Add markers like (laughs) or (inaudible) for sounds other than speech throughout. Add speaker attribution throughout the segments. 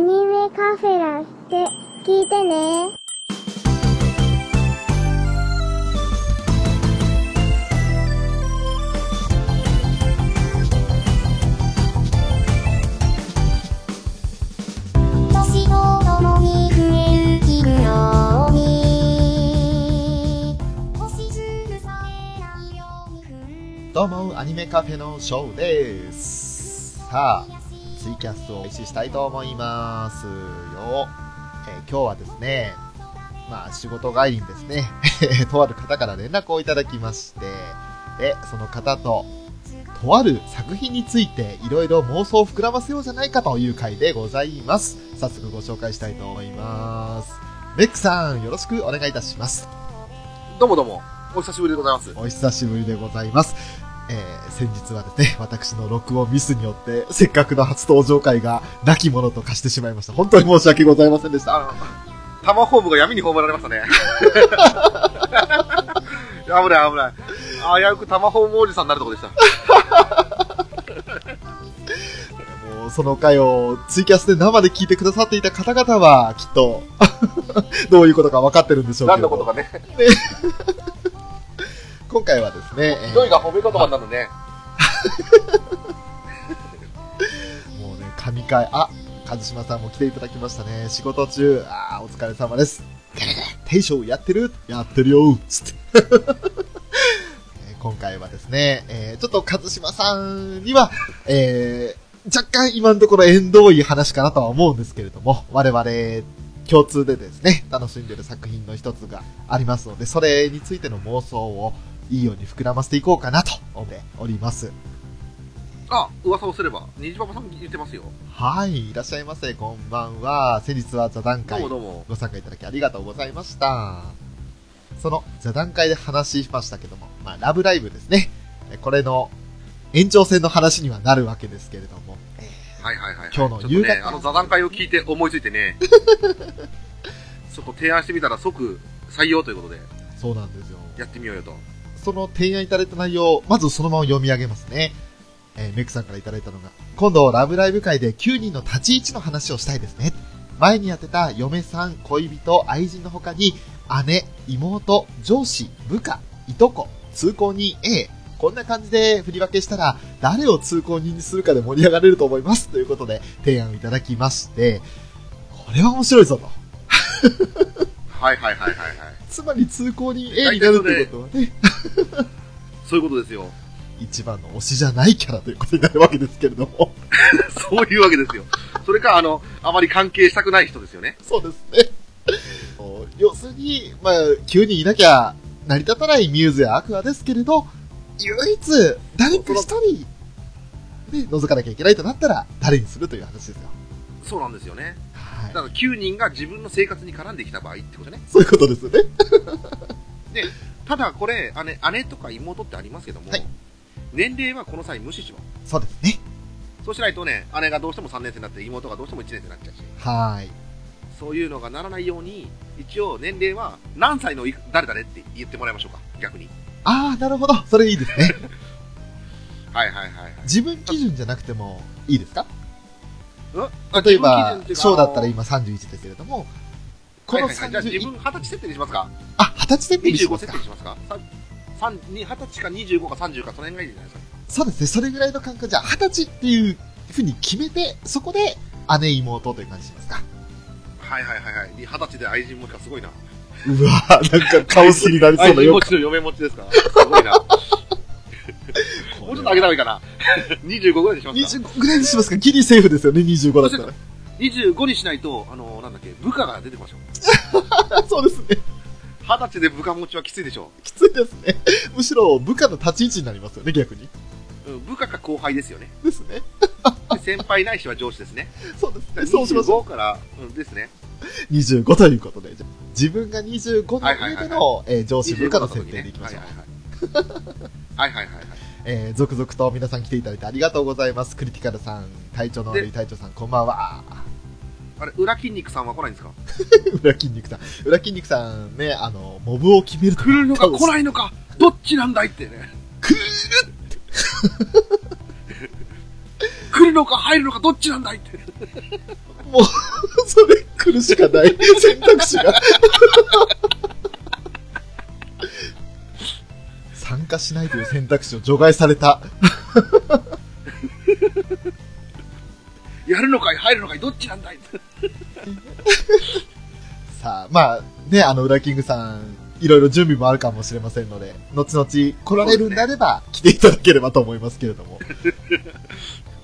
Speaker 1: カフェラって聞いてね。私と共に触れる木のように星粒さえないように
Speaker 2: どうも、アニメカフェのショーです。さあ、ツイキャスを開始したいと思いますよ。えー今日はですね、まあ仕事帰りにですね、 (laughs) とある方から連絡をいただきまして、で、その方と、とある作品についていろいろ妄想を膨らませようじゃないかという回でございます。早速ご紹介したいと思います。メックさん、よろしくお願いいたします。
Speaker 3: どうもどうも、お久しぶりでございます。
Speaker 2: お久しぶりでございます。えー先日はですね、私の録音ミスによって、せっかくの初登場会が、亡き者と化してしまいました。本当に申し訳ございませんでした。
Speaker 3: あの、タマホームが闇に葬られまし
Speaker 2: (laughs)
Speaker 3: たね。危ない危ない。危うくタマホームおじさんになるとこでした。
Speaker 2: もう、その回をツイキャスで生で聞いてくださっていた方々は、きっと、 (laughs) どういうことか分かってるんでしょうけれど
Speaker 3: 何のことかね。
Speaker 2: 今回はですね、えー
Speaker 3: ひどいが褒め言葉になるね。
Speaker 2: もうね、神回、あ、一島さんも来ていただきましたね。仕事中、あーお疲れ様です。テイショーやってるやってるよつって。 (laughs) えー今回はですね、えーちょっと一島さんには、えー若干今のところ縁遠い話かなとは思うんですけれども、我々共通でですね、楽しんでる作品の一つがありますので、それについての妄想をいいように膨らませていこうかなと思っております。
Speaker 3: あ、噂をすれば、虹パパさん言ってますよ。
Speaker 2: はい、いらっしゃいませ、こんばんは。先日は座談
Speaker 3: どう
Speaker 2: 会
Speaker 3: もどうも。
Speaker 2: ご参加いただきありがとうございました。その座談会で話しましたけども、まあ、ラブライブですね。えこれの延長戦の話にはなるわけですけれども、
Speaker 3: はいはいはいはい。
Speaker 2: 今日の
Speaker 3: ちょっと
Speaker 2: 夕方
Speaker 3: ね、あの座談会を聞いて思いつい
Speaker 2: (laughs)
Speaker 3: てね、ちょっと提案してみたら即採用ということで、
Speaker 2: そうなんですよ。
Speaker 3: やってみようよと。
Speaker 2: その提案いただいた内容、まずそのまま読み上げますね。えーメクさんからいただいたのが、今度、ラブライブ会で9人の立ち位置の話をしたいですね。前にやってた嫁さん、恋人、愛人の他に、姉、妹、上司、部下、いとこ、通行人 A、こんな感じで振り分けしたら、誰を通行人にするかで盛り上がれると思います。ということで、提案をいただきまして、これは面白いぞと。
Speaker 3: はいはいはいはいはい。
Speaker 2: つまり通行人 A になるということはね、
Speaker 3: そういうことですよ。 (laughs)
Speaker 2: 一番の推しじゃないキャラということになるわけですけれども。 (laughs)
Speaker 3: そういうわけですよ。それか、あの、あまり関係したくない人ですよね。
Speaker 2: そうですね。 (laughs) 要するに、まあ、9人いなきゃ成り立たないミューズやアクアですけれど、唯一、誰か一人、ね、覗かなきゃいけないとなったら、誰にするという話ですよ。
Speaker 3: そうなんですよね。
Speaker 2: はい
Speaker 3: だ。から9人が自分の生活に絡んできた場合ってことね。
Speaker 2: そういうことですよね。
Speaker 3: ただこれ、姉姉とか妹ってありますけども、
Speaker 2: はい
Speaker 3: 年齢はこの際無視します。
Speaker 2: そうですね。
Speaker 3: そうしないとね、姉がどうしても3年生になって、妹がどうしても1年生になっちゃうし、
Speaker 2: はい。
Speaker 3: そういうのがならないように、一応年齢は何歳のい誰だねって言ってもらいましょうか、逆に。
Speaker 2: ああ、なるほど。それいいですね。
Speaker 3: はいはいはいはい。
Speaker 2: 自分基準じゃなくてもいいですか
Speaker 3: あ
Speaker 2: 例えば、
Speaker 3: 自分基準っていうか
Speaker 2: ショーだったら
Speaker 3: あの
Speaker 2: 今31ですけれども、こ
Speaker 3: はい
Speaker 2: の
Speaker 3: はいはいじゃあ自
Speaker 2: 31、
Speaker 3: 分20歳設定にしますか
Speaker 2: あ、20歳設定にしま
Speaker 3: ?25
Speaker 2: す
Speaker 3: 設
Speaker 2: か
Speaker 3: 定。にしますかささんに ?20 歳か25か30か、その辺がいいじゃないですか。
Speaker 2: そうですね、それぐらいの感覚じゃあ、二十歳っていうふうに決めて、そこで姉、妹という感じしますか。
Speaker 3: はいはいはいはい。20歳で愛人もしかすごいな。
Speaker 2: うわぁ、なんかカオスになり
Speaker 3: 愛人持ちの嫁持ちですから。すごいな。もうちょっと上げた方がい
Speaker 2: (laughs)
Speaker 3: いかな。25ぐらいにしますか。
Speaker 2: 25ぐらいにしますかギリセーフですよね、25だった
Speaker 3: (laughs)
Speaker 2: ら。
Speaker 3: 25にしないと、あの、なんだっけ、部下が出てこましょう。
Speaker 2: そうですね。 (laughs)
Speaker 3: 二十歳で部下持ちはきついでしょ
Speaker 2: きついですね。むしろ部下の立ち位置になりますよね、逆に。
Speaker 3: う。うん部下か後輩ですよね。
Speaker 2: ですね。
Speaker 3: で先輩ないしは上司ですね。
Speaker 2: そうですね。そうしましょ
Speaker 3: 25から、うんですね。
Speaker 2: う。25ということで、じゃあ自分が25の
Speaker 3: はいはい
Speaker 2: 上
Speaker 3: はい
Speaker 2: で
Speaker 3: は
Speaker 2: のえー上司部下の設定でい
Speaker 3: ね
Speaker 2: きましょう。
Speaker 3: はいはいはい。はいはいはいはい。
Speaker 2: えー続々と皆さん来ていただいてありがとうございます。クリティカルさん、隊長の悪い隊長さん、こんばんは。
Speaker 3: あれ、裏筋肉さんは来ないんですか
Speaker 2: 裏筋肉さん。裏筋肉さんね、あの、モブを決めると
Speaker 3: 来るのか来
Speaker 2: い
Speaker 3: ないのかどっちなんだいってね。
Speaker 2: 来る
Speaker 3: (laughs) 来るのか入るのかどっちなんだいって。
Speaker 2: もう、それ来るしか
Speaker 3: (laughs)
Speaker 2: ない選択肢が参加しないという選択肢を除外された
Speaker 3: やるのかい、入るのかい、どっちなんだい。
Speaker 2: さあまあねあの裏キングさんいろいろ準備もあるかもしれませんので後々来られるんであれば来ていただければと思いますけれど
Speaker 3: (laughs)
Speaker 2: も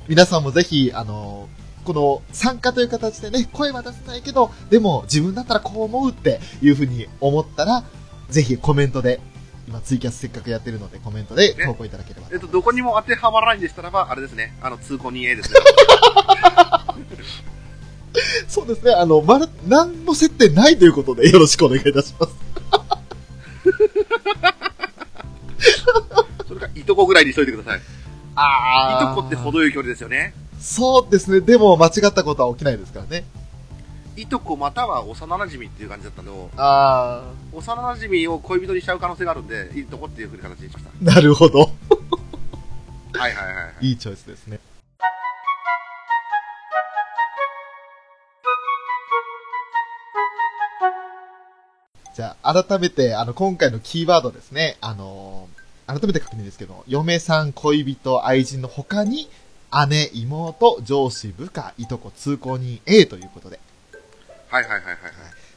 Speaker 2: 皆さんもぜひあのこの参加という形でね声は出せないけどでも自分だったらこう思うっていうふうに思ったらぜひコメントで今ツイキャスせっかくやってるのでコメントで投稿いただければ
Speaker 3: えっと、どこにも当てはまらないんでしたらば、あれですね、あの、通行人
Speaker 2: (laughs)
Speaker 3: A ですね。
Speaker 2: そうですね、あの、まる、何の接点ないということで、よろしくお願いいたします。
Speaker 3: それか、いとこぐらいにしといてください。い
Speaker 2: あ
Speaker 3: とこって程よい距離ですよね。
Speaker 2: そうですね、でも間違ったことは起きないですからね。
Speaker 3: いとこまたは幼馴染っていう感じだったのを、
Speaker 2: あ
Speaker 3: 幼馴染を恋人にしちゃう可能性があるんで、いとこっていうふうに形にしまし
Speaker 2: ー、なるほど。
Speaker 3: た。はいはいはい、はい。
Speaker 2: いいチョイスですね。じゃあ、改めて、あの、今回のキーワードですね。あのー改めて確認ですけど、嫁さん、恋人、愛人の他に、姉、妹、上司、部下、いとこ、通行人 A ということで。
Speaker 3: はいはいはいはいはい。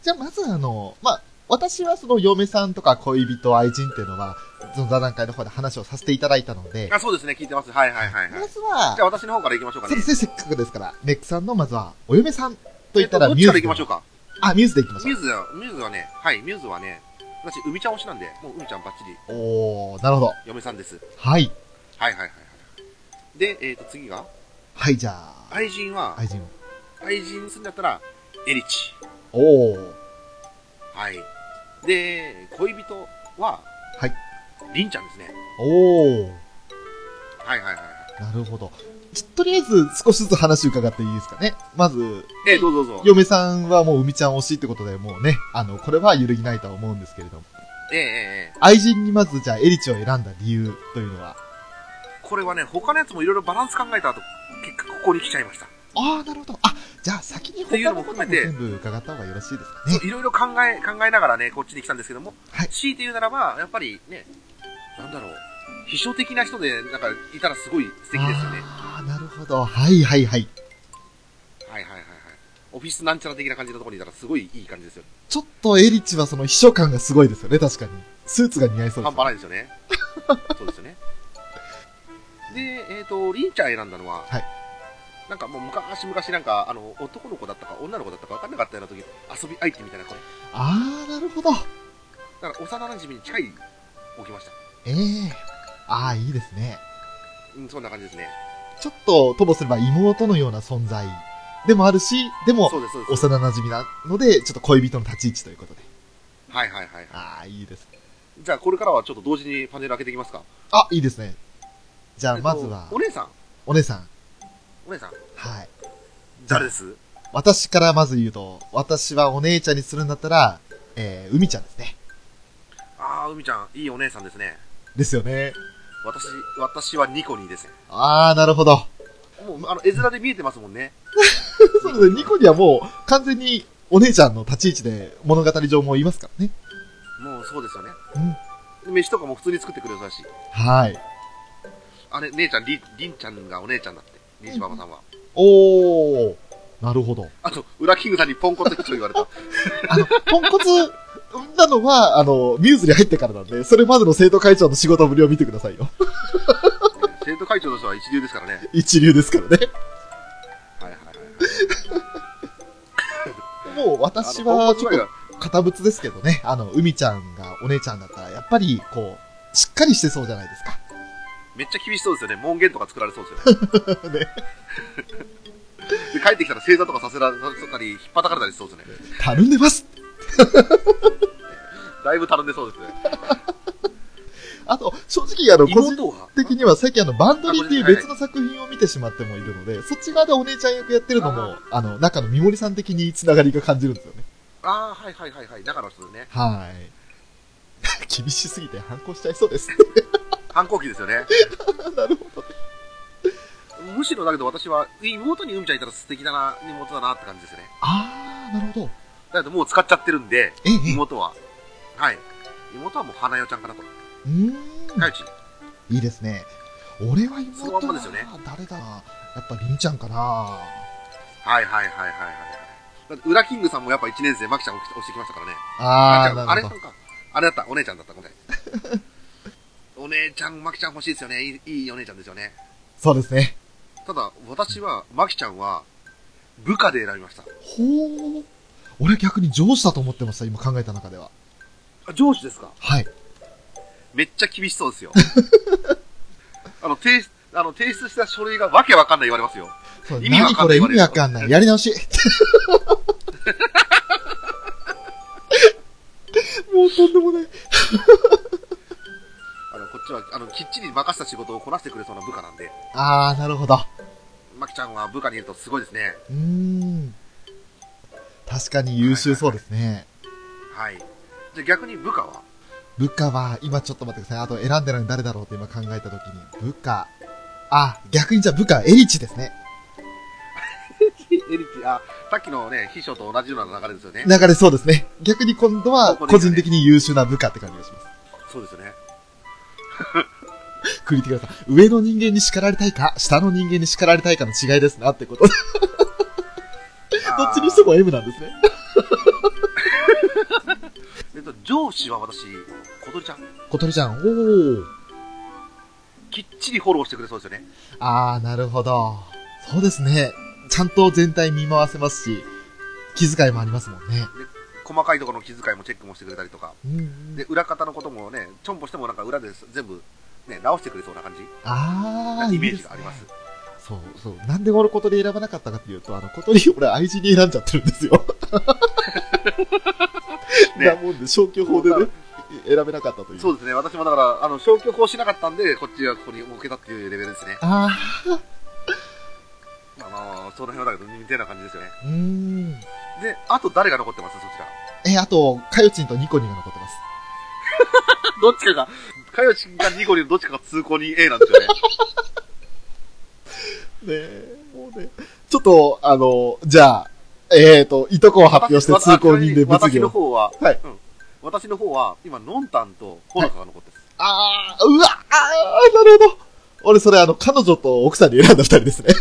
Speaker 2: じゃあ、まずあの、まあ、私はその嫁さんとか恋人、愛人っていうのは、その座談会の方で話をさせていただいたので、
Speaker 3: あ、そうですね、聞いてます。はいはいはいはい
Speaker 2: ま。ずは
Speaker 3: じゃ、あ私の方から行きましょうか
Speaker 2: そうで
Speaker 3: ね。
Speaker 2: すね、せっかくですから、メックさんのまずは、お嫁さんと言った
Speaker 3: え
Speaker 2: ら
Speaker 3: とどっ
Speaker 2: ミ
Speaker 3: ち
Speaker 2: ュー
Speaker 3: から
Speaker 2: ズ
Speaker 3: 行きましょうか。
Speaker 2: あ、ミューズで行きまし
Speaker 3: ミ
Speaker 2: ょ
Speaker 3: ューズは、ミューズはね、はい、ミューズはね、私、海ちゃん推しなんで、もう海ちゃんバッチリ
Speaker 2: う。おー、なるほど。
Speaker 3: 嫁さんです。
Speaker 2: はい。
Speaker 3: はいはいはいはい。で、えっ、と、次が、
Speaker 2: はい、じゃあ、
Speaker 3: 愛人は、
Speaker 2: 愛人。
Speaker 3: 愛人するんだったら、エリチ。
Speaker 2: おー、
Speaker 3: はい。で、恋人は、
Speaker 2: はい。
Speaker 3: リンちゃんですね。
Speaker 2: おー、
Speaker 3: はいはいはいはい。
Speaker 2: なるほど。ちょとりあえず、少しずつ話伺っていいですかね。まず、
Speaker 3: えー、どうぞどうぞ。
Speaker 2: 嫁さんはもう海ちゃん推しってことで、もうね、あの、これは揺るぎないとは思うんですけれども。
Speaker 3: えー、えーえ
Speaker 2: 愛人にまずじゃあエリチを選んだ理由というのは
Speaker 3: ーこれはね、他のやつもいろいろバランス考えた後、結果ここに来ちゃいました。
Speaker 2: ああなるほどあじゃあ先に他のことも全部伺った方がよろしいですかね
Speaker 3: いろいろ考え、考えながらね、こっちに来たんですけども、
Speaker 2: はい
Speaker 3: 強いて言うならば、やっぱりね、なんだろう、秘書的な人で、なんか、いたらすごい素敵ですよね。
Speaker 2: ああなるほどはいはいはい
Speaker 3: はいはいはいはい。オフィスなんちゃら的な感じのところにいたらすごいいい感じですよ。
Speaker 2: ちょっとエリチはその秘書感がすごいですよね確かにスーツが似合いそうで
Speaker 3: 半
Speaker 2: す
Speaker 3: 端ないですよね。そうですよね。で、えっ、と、りんちゃん選んだのは、
Speaker 2: はい
Speaker 3: なんかもう昔々なんか、あの、男の子だったか女の子だったか分かんなかったような時、遊び相手みたいな子。
Speaker 2: ああなるほど
Speaker 3: だから幼馴染に近い、置きました。
Speaker 2: ええああいいですね
Speaker 3: うん、そんな感じですね。
Speaker 2: ちょっとともすれば妹のような存在でもあるしでも
Speaker 3: そうです、そうです。
Speaker 2: 幼馴染なのでちょっと恋人の立ち位置ということで
Speaker 3: はいはいはいはい。
Speaker 2: ああいいです
Speaker 3: じゃあこれからはちょっと同時にパネル開けていきますか。
Speaker 2: あいいですねじゃ
Speaker 3: え
Speaker 2: あ
Speaker 3: っと
Speaker 2: まずは
Speaker 3: お姉さん。
Speaker 2: お姉さん
Speaker 3: お姉さん。
Speaker 2: はい
Speaker 3: 誰です
Speaker 2: 私からまず言うと、私はお姉ちゃんにするんだったら、えー、海ちゃんですね。
Speaker 3: ああ、海ちゃん、いいお姉さんですね。
Speaker 2: ですよね。
Speaker 3: 私、私はニコニーですね。
Speaker 2: あー、なるほど。
Speaker 3: もう、あの、絵面で見えてますもんね。
Speaker 2: そうですね、ニコにはもう完全にお姉ちゃんの立ち位置で物語上もいますからね。
Speaker 3: もうそうですよね。
Speaker 2: うん。
Speaker 3: 飯とかも普通に作ってくれるらしい。
Speaker 2: はい。
Speaker 3: あれ、姉ちゃん、りん、りんちゃんがお姉ちゃんだって。りんちばばさんは。
Speaker 2: おー、なるほど。
Speaker 3: あと、裏キングさんにポンコツって言われた。 (laughs)
Speaker 2: あの、ポンコツなのは、あの、ミューズに入ってからなんで、それまでの生徒会長の仕事ぶりを見てくださいよ。
Speaker 3: 生徒会長の人は一流ですからね。
Speaker 2: 一流ですからね。
Speaker 3: はいはいはい。
Speaker 2: もう私
Speaker 3: あのポ
Speaker 2: は
Speaker 3: ンコ
Speaker 2: ち
Speaker 3: ツ
Speaker 2: ょっ
Speaker 3: ぐら
Speaker 2: と
Speaker 3: いが
Speaker 2: 堅物ですけどね、あの、海ちゃんがお姉ちゃんだったら、やっぱり、こう、しっかりしてそうじゃないですか。
Speaker 3: めっちゃ厳しそうですよね。門限とか作られそうですよ
Speaker 2: (laughs)
Speaker 3: ね。
Speaker 2: ね
Speaker 3: (laughs) で、帰ってきたら正座とかさせられたり、引っ張たかれたりしそうですよね。
Speaker 2: たるんでます
Speaker 3: だいぶたるんでそうですね。
Speaker 2: あと、正直、あの、個人
Speaker 3: 妹は
Speaker 2: 的には最近あの、バンドリーっていう別の作品を見てしまってもいるので、そっち側でお姉ちゃん役やってるのも
Speaker 3: あ、
Speaker 2: あの、中のみもりさん的につながりが感じるんですよね。
Speaker 3: ああ、はいはいはいはい。中の人ですね。
Speaker 2: はい。 (laughs) 厳しすぎて反抗しちゃいそうです。
Speaker 3: 反抗期ですよ
Speaker 2: (laughs)
Speaker 3: ね。
Speaker 2: なるほど。
Speaker 3: むしろだけど私は、妹にうんちゃんいたら素敵だな、妹だなって感じですよね。
Speaker 2: ああ、なるほど。
Speaker 3: だけどもう使っちゃってるんで、
Speaker 2: え、え、
Speaker 3: 妹は、はい。妹はもう花代ちゃんかなと。
Speaker 2: うーん、
Speaker 3: かよち。
Speaker 2: いいですね。俺は
Speaker 3: その
Speaker 2: 妹は
Speaker 3: まんまですよね
Speaker 2: 誰だやっぱりんちゃんかな
Speaker 3: はいはいはいはいはい。だって、裏キングさんもやっぱ1年生、マキちゃんを押してきましたからね。
Speaker 2: あ
Speaker 3: あ
Speaker 2: ー、
Speaker 3: あ
Speaker 2: な
Speaker 3: れ
Speaker 2: る
Speaker 3: さ
Speaker 2: ほ
Speaker 3: ん
Speaker 2: ど。
Speaker 3: か。あれだった、お姉ちゃんだった、ごめん。 (laughs) お姉ちゃん、マキちゃん欲しいですよね。いいいいお姉ちゃんですよね。
Speaker 2: そうですね。
Speaker 3: ただ、私は、マキちゃんは、部下で選びました。
Speaker 2: ほう。俺逆に上司だと思ってました、今考えた中では。
Speaker 3: あ、上司ですか
Speaker 2: はい。
Speaker 3: めっちゃ厳しそうですよ。 (laughs) あの、提出、あの、提出した書類がわけわかんない言われますよ。
Speaker 2: そう
Speaker 3: 意味わ
Speaker 2: 何
Speaker 3: か
Speaker 2: こ
Speaker 3: んな
Speaker 2: れ
Speaker 3: い
Speaker 2: 意味わかんない。やり直
Speaker 3: (laughs)
Speaker 2: し。もうとんでもない。
Speaker 3: あの、こっちは、あの、きっちり任せた仕事をこなしてくれそうな部下なんで、
Speaker 2: あー、なるほど。
Speaker 3: マキちゃんは部下にいるとすごいですね。
Speaker 2: うーん。確かに優秀そうですね。
Speaker 3: はい。じゃあ逆に部下は
Speaker 2: 部下は、今ちょっと待ってください。あと選んでるの誰だろうって今考えたときに、部下。あ、逆にじゃあ部下はエリチですね。
Speaker 3: エリチ、あ、さっきのね、秘書と同じような流れですよね。
Speaker 2: 流れそうですね。逆に今度は個人的に優秀な部下って感じがしま
Speaker 3: そうですよね。
Speaker 2: す。クリティカルさん、上の人間に叱られたいか、下の人間に叱られたいかの違いですなってこと。ど
Speaker 3: あー
Speaker 2: っちにしても M なんですね。
Speaker 3: えっと、上司は私、小鳥ちゃん。
Speaker 2: 小鳥ちゃん、おー。
Speaker 3: きっちりフォローしてくれそうですよね。
Speaker 2: あー、なるほど。そうですね。ちゃんと全体見回せますし、気遣いもありますもんね。
Speaker 3: 細かいところの気遣いもチェックもしてくれたりとか。
Speaker 2: うんうん
Speaker 3: で、裏方のこともね、ちょんぼしてもなんか裏で全部、ね、直してくれそうな感じ。
Speaker 2: あー、
Speaker 3: イメージがあります
Speaker 2: いいでね。そうそう。なんで俺小鳥選ばなかったかっていうと、あの、小鳥俺愛人に選んじゃってるんですよ。
Speaker 3: (laughs) ね
Speaker 2: なもんで、消去法でね、選べなかったという。
Speaker 3: そうですね。私もだから、あの、消去法しなかったんで、こっちがここに置けたっていうレベルですね。
Speaker 2: あ
Speaker 3: あのー、その辺はだけど、似たような感じですよね。
Speaker 2: ー、うーん。
Speaker 3: で、あと誰が残ってますそちら。
Speaker 2: え、あと、かよちんとニコニが残ってます。
Speaker 3: どっちかが、かよしかニコリのどっちかが通行に A なんですよね。
Speaker 2: ねえ、もうね。ちょっと、あの、じゃあ、えーと、いとこを (laughs) 発表して通行人で物
Speaker 3: 私
Speaker 2: 議
Speaker 3: の
Speaker 2: を。
Speaker 3: 方は、
Speaker 2: はい
Speaker 3: うん私の方は、今、のんたんとほのかが残ってます。
Speaker 2: あー、うわあー、なるほど。俺、それ、あの、彼女と奥さんに選んだ二人ですね。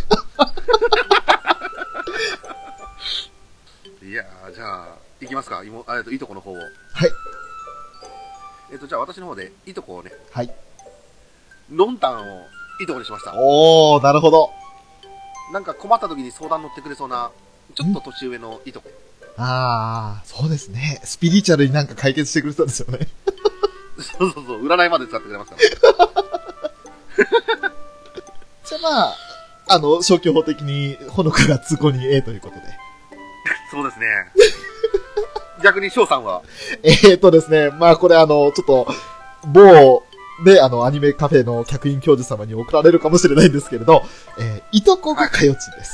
Speaker 3: い、やー、じゃあ、いきますか。いもあえっと、いとこの方を。
Speaker 2: はい。
Speaker 3: えっと、じゃあ私の方で、いとこをね、
Speaker 2: はい。
Speaker 3: のんたんをいとこにしました。
Speaker 2: (laughs) おー、なるほど。
Speaker 3: なんか困った時に相談乗ってくれそうな、ちょっと年上のいとこ。
Speaker 2: ああ、そうですね。スピリチュアルになんか解決してくれたんですよね。
Speaker 3: そうそうそう、占いまで使ってくれますから。
Speaker 2: じゃあまあ、あの、消去法的に、ほのかが通行に A ということで。
Speaker 3: そうですね。 (laughs) 逆に翔さんは、
Speaker 2: えーとですね、まあこれあの、ちょっと、某、で、あの、アニメカフェの客員教授様に送られるかもしれないんですけれど、えー、いとこがかよちんです。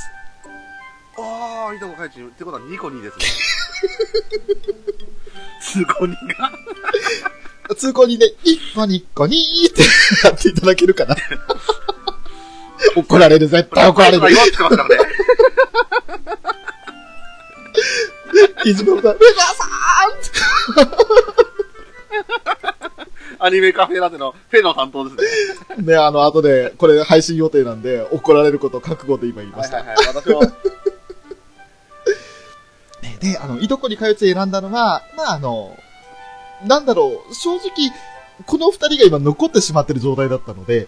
Speaker 3: ああ、いとこかいちん。ってことはニコニーですね。 (laughs) すごいが。
Speaker 2: 通行人で、ニッコニッコニーってやっていただけるかな。怒られる、絶対怒られ
Speaker 3: 今
Speaker 2: る。
Speaker 3: ってますからね。
Speaker 2: いじめるな。ルナさ
Speaker 3: アニメカフェラテのフェの担当ですね。
Speaker 2: んね、あの、後で、これ配信予定なんで、怒られることを覚悟で今言いました。
Speaker 3: はい。私も。
Speaker 2: ねで、あの、いとこに通って選んだのは、まあ、あの、なんだろう、正直、この二人が今残ってしまってる状態だったので、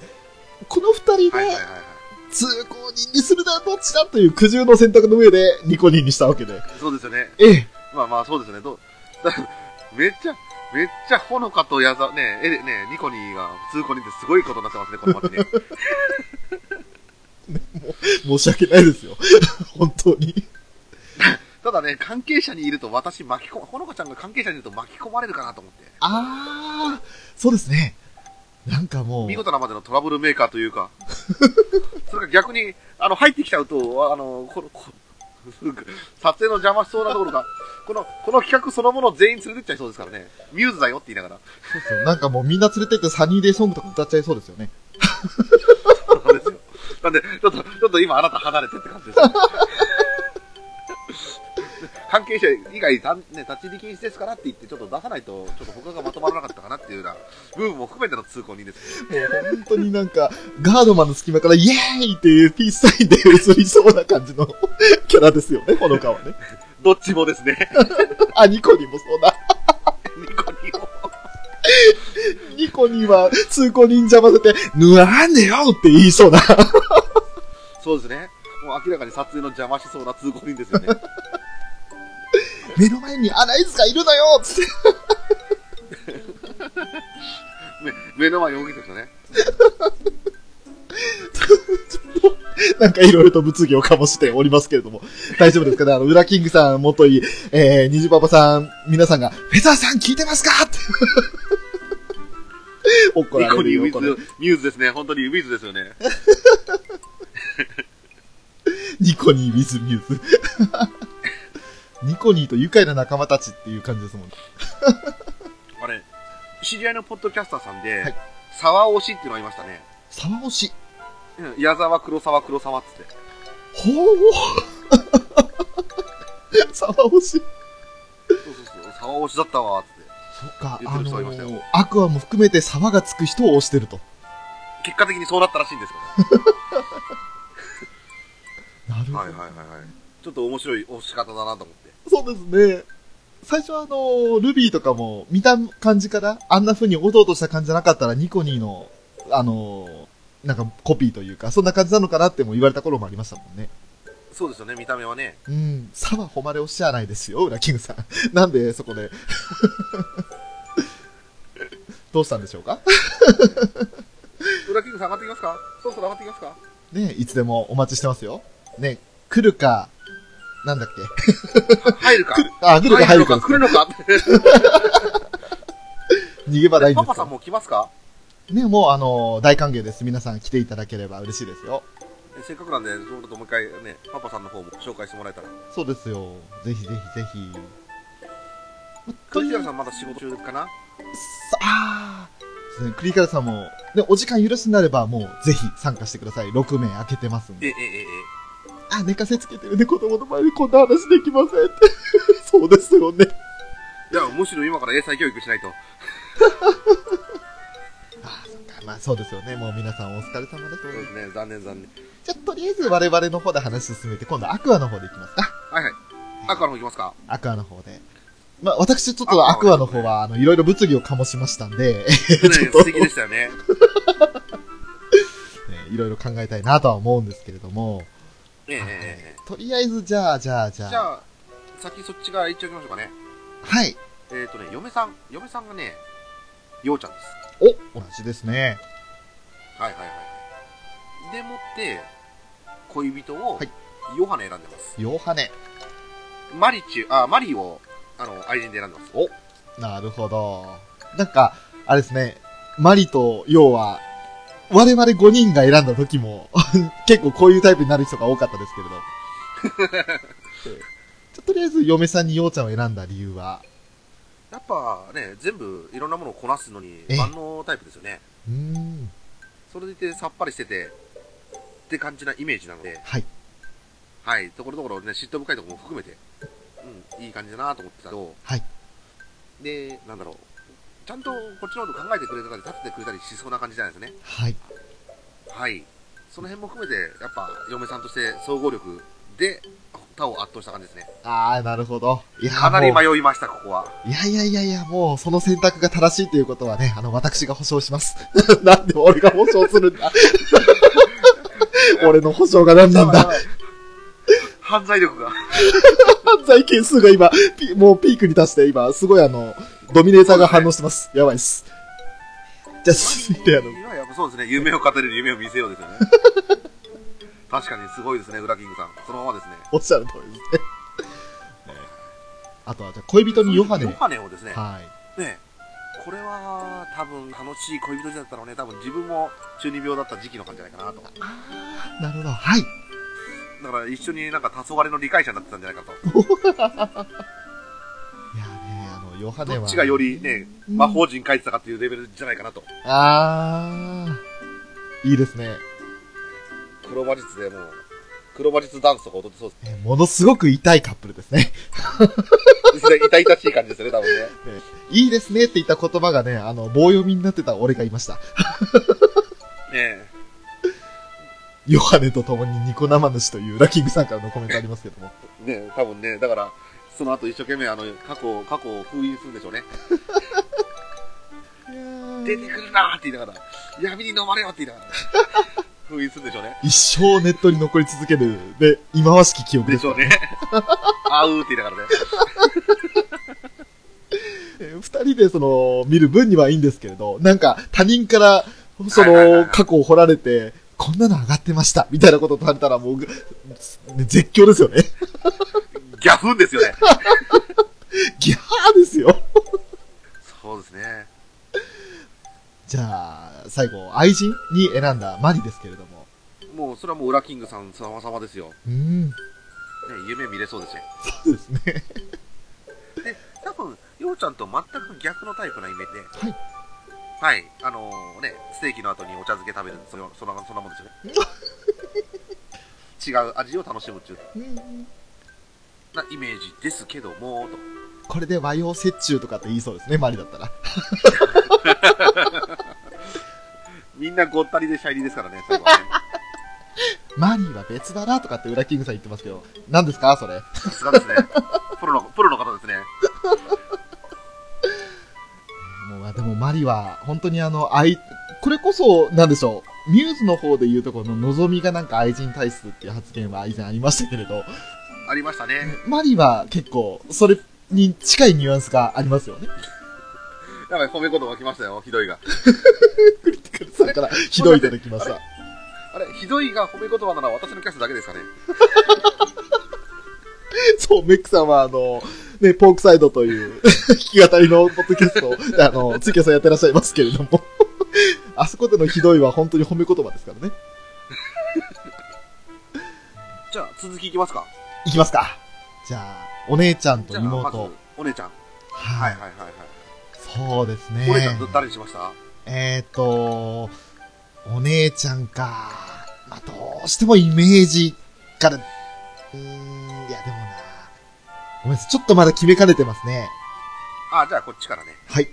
Speaker 2: この二人
Speaker 3: はいはい
Speaker 2: で
Speaker 3: はいはい。
Speaker 2: 通行人にするのはどっちだという苦渋の選択の上でニコ人にしたわけで。
Speaker 3: そうですよね。
Speaker 2: ええ、
Speaker 3: まあまあそうですよね。どう (laughs) だめっちゃ、めっちゃほのかとやざ、ねえ、え、ねえ、ニコニーが通行人ってすごいことになってますね、この街ね。
Speaker 2: 申し訳ないですよ。 (laughs) 本当に。
Speaker 3: ただね、関係者にいると私巻き込ま、ほのかちゃんが関係者にいると巻き込まれるかなと思って。
Speaker 2: あー、そうですね。なんかもう
Speaker 3: 見、事なまでのトラブルメーカーという
Speaker 2: (laughs)
Speaker 3: か、それが逆に、あの、入ってきちゃうと、あの、この、こ撮影の邪魔しそうなところが、この、この企画そのものを全員連れてっちゃいそうですからね。ミューズだよって言いなが
Speaker 2: なんかもうみんな連れてってサニーデイソングとか歌っちゃいそうですよね。
Speaker 3: ら。そうですよ。なんで、ちょっと、ちょっと今あなた離れてって感じです、ね。関係者以外たん、ね、立ち入り禁止ですからって言って、ちょっと出さないと、ちょっと他がまとまらなかったかなっていうような、部分も含めての通行人です。
Speaker 2: う本当になんか、ガードマンの隙間からイエーイっていうピースサインで映りそうな感じの (laughs) キャラですよね、この顔 (laughs) ね。
Speaker 3: どっちもです (laughs) ね。
Speaker 2: あ、ニコニもそうだ。
Speaker 3: ニコニコ。
Speaker 2: ニコニは通行人邪魔されて、ぬらんでよって言いそうな。
Speaker 3: そうですね。もう明らかに撮影の邪魔しそうな通行人ですよ (laughs) ね。
Speaker 2: (laughs) 目の前にアナイズがいるのよつって。
Speaker 3: 目目の前容疑者とね。
Speaker 2: (laughs) なんかいろいろと物議を醸しておりますけれども、大丈夫ですかねあの、ウラキングさん、元いい、えー、ニジパパさん、皆さんが、フェザーさん聞いてますか
Speaker 3: (laughs)
Speaker 2: って。怒
Speaker 3: ニ
Speaker 2: ら
Speaker 3: コ
Speaker 2: れる
Speaker 3: ニウ
Speaker 2: よ、
Speaker 3: ィ
Speaker 2: これ
Speaker 3: ズ。、ミューズですね。本当にウィズですよね。
Speaker 2: ニコニー with ミューズ。 (laughs) ニコニーと愉快な仲間たちっていう感じですもんね。
Speaker 3: あれ、知り合いのポッドキャスターさん
Speaker 2: は
Speaker 3: で
Speaker 2: い、
Speaker 3: 沢推しっていうのがいましたね。
Speaker 2: 沢押し。
Speaker 3: うん矢沢、黒沢、黒沢っつって。
Speaker 2: ほう。 (laughs) 沢押し。
Speaker 3: そうそうそう、沢推しだったわ、つって。
Speaker 2: そっか、
Speaker 3: 言っ
Speaker 2: あ
Speaker 3: てる
Speaker 2: の
Speaker 3: 人いましたよ
Speaker 2: ー、アクアも含めて沢がつく人を押してると。
Speaker 3: 結果的にそうなったらしいんですけど
Speaker 2: なるほど。
Speaker 3: はいはいはいはい。ちょっと面白い押し方だなと思って。
Speaker 2: そうですね。最初はあのー、ルビーとかも見た感じから、あんな風におどおどした感じじゃなかったらニコニーの、あのー、なんかコピーというか、そんな感じなのかなっても言われた頃もありましたもんね。
Speaker 3: そうですよね、見た目はね。
Speaker 2: うん。さは誉れをしゃあないですよ、裏キングさん。 (laughs) なんでそこで。 (laughs) どうしたんでしょうか
Speaker 3: 裏キングさん上がってきますかそろそろ上がってきますか
Speaker 2: ねいつでもお待ちしてますよ。ね来るか、なんだっけ。
Speaker 3: 入るか
Speaker 2: あ、来るか入るかです
Speaker 3: 来るのか来るのか
Speaker 2: 逃げ場ないんで
Speaker 3: パ
Speaker 2: す
Speaker 3: パ
Speaker 2: か
Speaker 3: さんも来ますから
Speaker 2: ねもうあのー、大歓迎です。皆さん来ていただければ嬉しいですよ。
Speaker 3: えせっかくなんで、ちょっともう一回ね、パパさんの方も紹介してもらえたら。
Speaker 2: そうですよ。ぜひぜひぜひ。
Speaker 3: クリティラさんまだ仕事中かな
Speaker 2: さあーそうですねクリカルさんも、ね、お時間許すんなれば、もうぜひ参加してください。6名開けてますん
Speaker 3: ええ
Speaker 2: で。
Speaker 3: えええ
Speaker 2: あ、寝かせつけてるね。子供の前でこんな話できませんって。 (laughs) そうですよね。
Speaker 3: え。いや、むしろ今から英才教育しないと。
Speaker 2: あーそっか。まあそうですよね。もう皆さんお疲れ様です
Speaker 3: そう。ですね、残念残念。
Speaker 2: じゃあ、とりあえず我々の方で話進めて、今度アクアの方でいきますか。
Speaker 3: はいはい。赤の方行きますか
Speaker 2: アクアの方で。まあ私ちょっとアクアの方は、あの、いろいろ物議を醸しましたんで、 (laughs)
Speaker 3: ね素敵でしたよね。
Speaker 2: ねいろいろ考えたいなとは思うんですけれども、
Speaker 3: えええええ
Speaker 2: とりあえず、じゃあ、じゃあ、じゃ
Speaker 3: え
Speaker 2: あ。
Speaker 3: じゃあ、先そっち側行っちゃいましょうかね。
Speaker 2: はい。
Speaker 3: えっ、ー、とね、嫁さん、嫁さんがね、ようちゃんです。
Speaker 2: お同じですね。
Speaker 3: はいはいはい。でもって、恋人を
Speaker 2: はい、
Speaker 3: ヨハネ選んでます。
Speaker 2: ヨハネ。
Speaker 3: マリチュ、あ、マリーを、あの、愛人で選んでます。お
Speaker 2: なるほど。なんか、あれですね、マリとヨウは、我々5人が選んだ時も、 (laughs) 結構こういうタイプになる人が多かったですけれど。
Speaker 3: (laughs)
Speaker 2: じゃとりあえず、嫁さんにヨウちゃんを選んだ理由は、
Speaker 3: やっぱね、全部いろんなものをこなすのに
Speaker 2: え
Speaker 3: 万能タイプですよね。
Speaker 2: うーん、
Speaker 3: それでいてさっぱりしてて、って感じなイメージなので、
Speaker 2: はい。
Speaker 3: はい、ところどころね、嫉妬深いところも含めて、うん、いい感じだなと思ってたけど、
Speaker 2: はい。
Speaker 3: で、なんだろう、ちゃんとこっちのこと考えてくれたり、立ててくれたりしそうな感じじゃないですかね。
Speaker 2: はい。
Speaker 3: はい。その辺も含めて、やっぱ、嫁さんとして総合力で、他を圧倒した感じですね。
Speaker 2: あー、なるほど。いやー
Speaker 3: かなり
Speaker 2: もう
Speaker 3: 迷いました、ここは。
Speaker 2: いやいやいやいや、もう、その選択が正しいということはね、あの、私が保証します。 (laughs) なんで俺が保証するんだ (laughs) 俺の保証が何なんだ
Speaker 3: 犯罪力が。
Speaker 2: 犯罪件数が今、ピもうピークに達して、今、すごいあの、ドミネーターが反応してます。やばいっす。じゃあ、続いてあの、
Speaker 3: いややっぱそうですね。夢を語れる夢を見せよ
Speaker 2: (laughs)
Speaker 3: うですよね。確かにすごいですね、ウラキングさん。そのままですね。
Speaker 2: おっしゃる通りですね。あとは、じゃあ恋人にヨハネ。
Speaker 3: ヨ
Speaker 2: は
Speaker 3: ハネをですね。
Speaker 2: い。
Speaker 3: ねこれは、多分、楽しい恋人時代だったのね、多分自分も中二病だった時期の感じじゃないかなと。
Speaker 2: なるほど。はい。
Speaker 3: だから一緒になんか黄昏の理解者になってたんじゃないかと。
Speaker 2: いやね、あの、ヨハネは。
Speaker 3: どっちがよりね、
Speaker 2: うん
Speaker 3: 魔法陣書いてたかっていうレベルじゃないかなと。
Speaker 2: あー。いいですね。
Speaker 3: 黒魔術でもう、黒魔術ダンスとか踊ってそうです。
Speaker 2: えものすごく痛いカップルですね。 (laughs)
Speaker 3: 痛々しい感じですよね、多分ね。
Speaker 2: いいですねって言った言葉がね、あの、棒読みになってた俺がいました。
Speaker 3: ね
Speaker 2: ヨハネと共にニコ生主というラッキングさんからのコメントありますけども。
Speaker 3: え。ねえ、多分ね、だから、その後一生懸命、あの、過去を、過去を封印するんでしょうね。出てくるなーって言いながら、闇に飲まれよって言いなが (laughs) ら、封印するんでしょうね。
Speaker 2: 一生ネットに残り続ける、で、忌まわしき記憶で
Speaker 3: ですしょうね。 (laughs) あうーって言いながらね。
Speaker 2: えー二人でその、見る分にはいいんですけれど、なんか他人から、そ
Speaker 3: はいはいはいは
Speaker 2: の、
Speaker 3: い
Speaker 2: 過去を掘られて、こんなの上がってました、みたいなことされたらもう、ぐね絶叫ですよね。 (laughs)
Speaker 3: ギャフンですよね。
Speaker 2: ギャーですよ。
Speaker 3: そうですね。
Speaker 2: じゃあ、最後、愛人に選んだマリですけれども。
Speaker 3: もう、それはもう、ウラキングさん様々ですよ。ね、
Speaker 2: うーん、
Speaker 3: 夢見れそうですね。
Speaker 2: そうですね。
Speaker 3: 多分、ようちゃんと全く逆のタイプなイメージで。
Speaker 2: はい。
Speaker 3: はい。あのーね、ステーキの後にお茶漬け食べる、それはそんな、そんなもん (laughs) ですよね。違う味を楽しむっていう
Speaker 2: うん
Speaker 3: なイメージですけども、と。
Speaker 2: これで和洋折衷とかって言いそうですね、マリだったら。
Speaker 3: みんなごったりでシャイリーですからね、最後はね。
Speaker 2: マリは別だなとかってウラキングさん言ってますけど、何ですかそれ。
Speaker 3: さすがですね。プロの、プロの方ですね。
Speaker 2: もうまあでもマリは、本当にあの、愛、これこそ、なんでしょう、ミューズの方で言うとこの望みがなんか愛人体質っていう発言は以前ありましたけれど、
Speaker 3: ありましたね。
Speaker 2: マリは結構、それに近いニュアンスがありますよね。 (laughs)
Speaker 3: やばい、褒め言葉来ましたよ、ひどいが。
Speaker 2: クリティカルさんからひどいいただきました。
Speaker 3: あれ、ひどいが褒め言葉なら私のキャスだけですかね。
Speaker 2: (laughs) そう、メックさんはあの、ね、ポークサイドという弾き語りのポッドキャストを、あの、ツイキャスをやってらっしゃいますけれども、 (laughs) あそこでのひどいは本当に褒め言葉ですからね。
Speaker 3: じゃあ、続きいきますか。
Speaker 2: いきますか。じゃあ、お姉ちゃんと
Speaker 3: じゃあ、ま
Speaker 2: 妹。
Speaker 3: ず、お姉ちゃん。
Speaker 2: は
Speaker 3: は
Speaker 2: い
Speaker 3: いはい。はいはい。
Speaker 2: そうですね。
Speaker 3: お姉ちゃん、誰にしました
Speaker 2: えっ、ー、と、お姉ちゃんか。まあ、どうしてもイメージから、うーん、いや、でもな。ごめんなさい。ちょっとまだ決めかねてますね。
Speaker 3: あ、じゃあ、こっちからね。
Speaker 2: はい。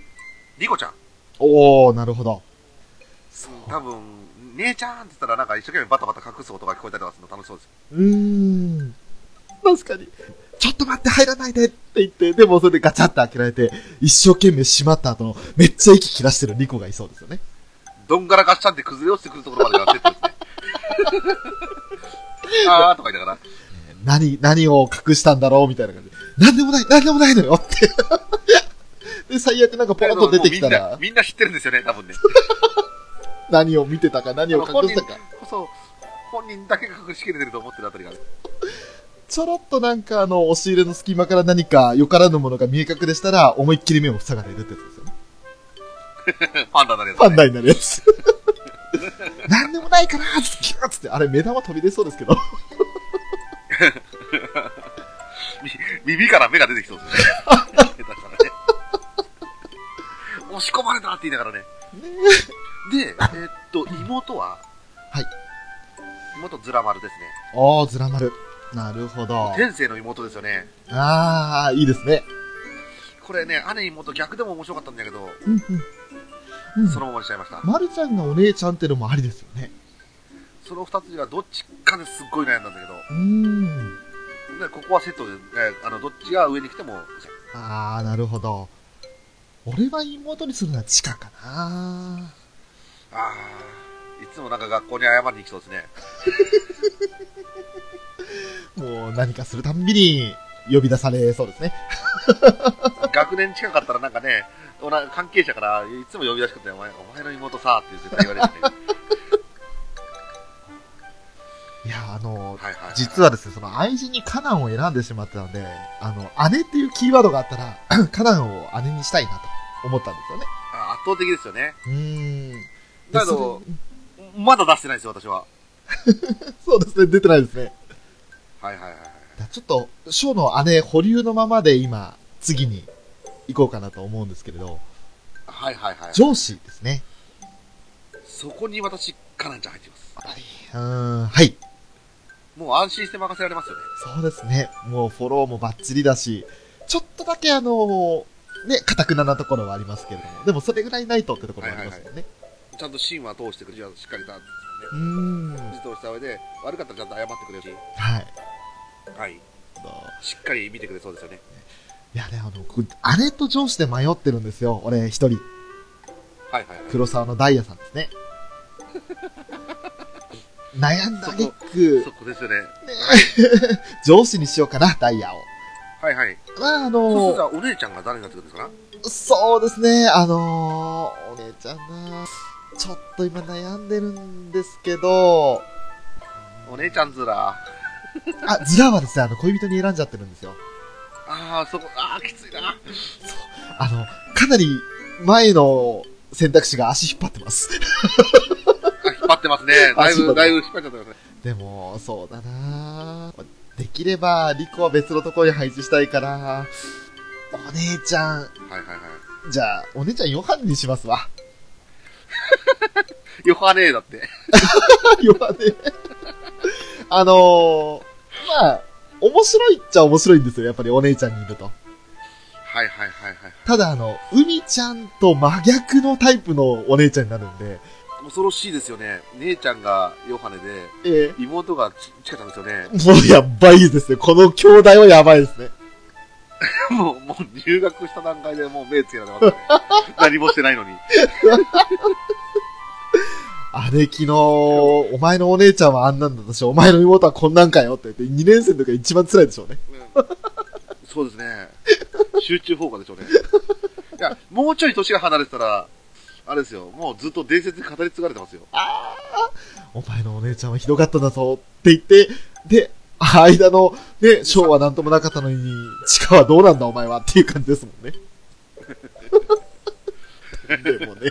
Speaker 3: リコちゃん。
Speaker 2: おー、なるほど。そう。
Speaker 3: 多分、姉ちゃんって言ったら、なんか一生懸命バタバタ隠す音が聞こえたりとかするの楽しそうです。
Speaker 2: うーん。確かに。ちょっと待って、入らないでって言って、でもそれでガチャッと開けられて、一生懸命閉まった後の、めっちゃ息切らしてるリコがいそうですよね。
Speaker 3: どんがらがっちゃんって崩れ落ちてくるところまでやって
Speaker 2: (laughs)
Speaker 3: ってですね。あーとか言いながら。
Speaker 2: 何、何を隠したんだろうみたいな感じで。何でもない、何でもないのよって。で、最悪なんかポロッと出てきた
Speaker 3: もうみんな
Speaker 2: ら、
Speaker 3: みんな知ってるんですよね、多分ね。
Speaker 2: 何を見てたか、何を隠したか。
Speaker 3: こそ、本人だけが隠しきれてると思ってるあたりがね。 (laughs)
Speaker 2: ちょろっとなんかあの、押し入れの隙間から何かよからぬものが見え隠れしたら、思いっきり目を塞がれるってやつですよね。
Speaker 3: パンダになるやつ
Speaker 2: パ
Speaker 3: ね
Speaker 2: ンダになるやつ。 (laughs) 何でもないからつキューっつって、あれ目玉飛び出そうですけど。
Speaker 3: み耳から目が出てきそ
Speaker 2: (laughs)
Speaker 3: うですね。下手したらね。押し込まれたって言いながらね。で、えーっと、妹は
Speaker 2: はい。
Speaker 3: 妹ズラ丸ですね。
Speaker 2: おー、ずらまる。なるほど。
Speaker 3: 天性の妹ですよね。
Speaker 2: あー、いいですね。
Speaker 3: これね、姉妹逆でも面白かったんだけど、
Speaker 2: うんうん。うん
Speaker 3: そのままにしちゃいました。
Speaker 2: まるちゃんがお姉ちゃんってのもありですよね。
Speaker 3: その二つがどっちかですっごい悩んだんだけど、
Speaker 2: うーん。
Speaker 3: でここはセットで、ね、あの、どっちが上に来ても、
Speaker 2: あー、なるほど。俺は妹にするのはチカかな。
Speaker 3: あー、いつもなんか学校に謝りに来そうですね。
Speaker 2: もう何かするたんびに呼び出されそうですね。
Speaker 3: 学年近かったらなんかね、同じ関係者からいつも呼び出しくて、お前、お前の妹さ、って絶対
Speaker 2: (laughs)
Speaker 3: 言われてね。
Speaker 2: いやー、あのー、
Speaker 3: はいはい、はい。
Speaker 2: 実はですね、その愛人にカナンを選んでしまってたので、あの、姉っていうキーワードがあったら、 (clears throat) カナンを姉にしたいなと思ったんですよね。
Speaker 3: あ圧倒的ですよね。
Speaker 2: うーん。で
Speaker 3: だけ
Speaker 2: そ
Speaker 3: ど、まだ出してないですよ、私は。
Speaker 2: れ (laughs) そうですね、出てないですね。
Speaker 3: はいはいはい。
Speaker 2: だからちょっと、ショーの姉保留のままで今、次に行こうかなと思うんですけれど、
Speaker 3: はいはいはい。
Speaker 2: 上司ですね。
Speaker 3: そこに私、カナンちゃん入ってます。
Speaker 2: うーん、はい。
Speaker 3: もう安心して任せられますよね。
Speaker 2: そうですね。もうフォローもバッチリだし、ちょっとだけあのーね、かくななところはありますけれども、でもそれぐらいないとってところもありますもんね。
Speaker 3: ちゃんと芯は通してくれる、しっかりと、ね、
Speaker 2: うーん。
Speaker 3: 指導した上で、悪かったらちゃんと謝ってくれるし、
Speaker 2: はい。
Speaker 3: はい、
Speaker 2: そう
Speaker 3: しっかり見てくれそうですよね。
Speaker 2: いやね、あの、こ姉と上司で迷ってるんですよ。俺一人。
Speaker 3: はいはいはい。
Speaker 2: 黒沢のダイヤさんです
Speaker 3: (laughs)
Speaker 2: ね。悩んだ挙句
Speaker 3: そこですよね。
Speaker 2: 上司にしようかな、ダイヤを。
Speaker 3: はいはい。
Speaker 2: まあ、あ
Speaker 3: そうす
Speaker 2: の
Speaker 3: るとお姉ちゃんが誰になってくるんですかな
Speaker 2: そうですね、あのー、お姉ちゃんな、ちょっと今悩んでるんですけど、
Speaker 3: お姉ちゃんずら。
Speaker 2: あ、ズラはですね、あの、恋人に選んじゃってるんですよ。
Speaker 3: ああ、そこ、ああ、きついな。
Speaker 2: あの、かなり前の選択肢が足引っ張ってます。
Speaker 3: あ引っ張って (laughs) ますね。だ
Speaker 2: あ
Speaker 3: い
Speaker 2: 引っ張って
Speaker 3: ぶ、だいぶ引っ張っちゃってますね。
Speaker 2: でも、そうだなできれば、リコは別のところに配置したいから、お姉ちゃん、
Speaker 3: はいはいはい。
Speaker 2: じゃあ、お姉ちゃんヨハンにしますわ。 (laughs)
Speaker 3: ヨハネーだって。
Speaker 2: ヨハネ。 (laughs) あのー、まあ、面白いっちゃ面白いんですよ、やっぱりお姉ちゃんにいると。
Speaker 3: はいはいはいはい。
Speaker 2: ただ、あの、海ちゃんと真逆のタイプのお姉ちゃんになるんで、
Speaker 3: 恐ろしいですよね。姉ちゃんがヨハネで、
Speaker 2: え
Speaker 3: 妹がちチカちゃんですよ (laughs) ね。
Speaker 2: ー、もうやばいですね。この兄弟はやばいですね。
Speaker 3: もう、もう入学した段階でもう目つけられますね。 (laughs) 何もしてないのに。
Speaker 2: 姉貴の、お前のお姉ちゃんはあんなんだとし、お前の妹はこんなんかよって言って、2年生の時が一番辛いでしょうね。
Speaker 3: そうですね。集中放火でしょうね。いや、もうちょい年が離れてたら、あれですよ、もうずっと伝説に語り継がれてますよ。
Speaker 2: お前のお姉ちゃんはひどかったんだぞって言って、で、間の、ね、昭はなんともなかったのに、地下はどうなんだお前はっていう感じですもんね。でもね。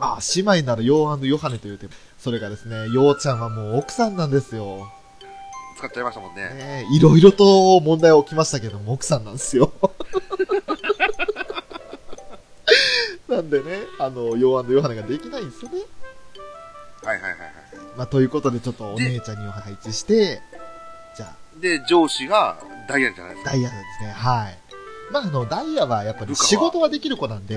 Speaker 2: あ、姉妹ならヨーアンヨハネというて、それがですね、ヨウちゃんはもう奥さんなんですよ。
Speaker 3: 使っちゃいましたもんね。
Speaker 2: ねいろいろと問題は起きましたけども、奥さんなんですよ。 (laughs) なんでね、あの、ヨーヨハネができないんですよね。
Speaker 3: はいはいはいは
Speaker 2: まあ、ということで、ちょっとお姉ちゃんに配置して、じゃあ、
Speaker 3: い。で、上司がダイアンじゃないですか。
Speaker 2: ダイヤですね。はい。まあ、あの、ダイヤはやっぱり
Speaker 3: 部下は
Speaker 2: 仕事はできる子なんで、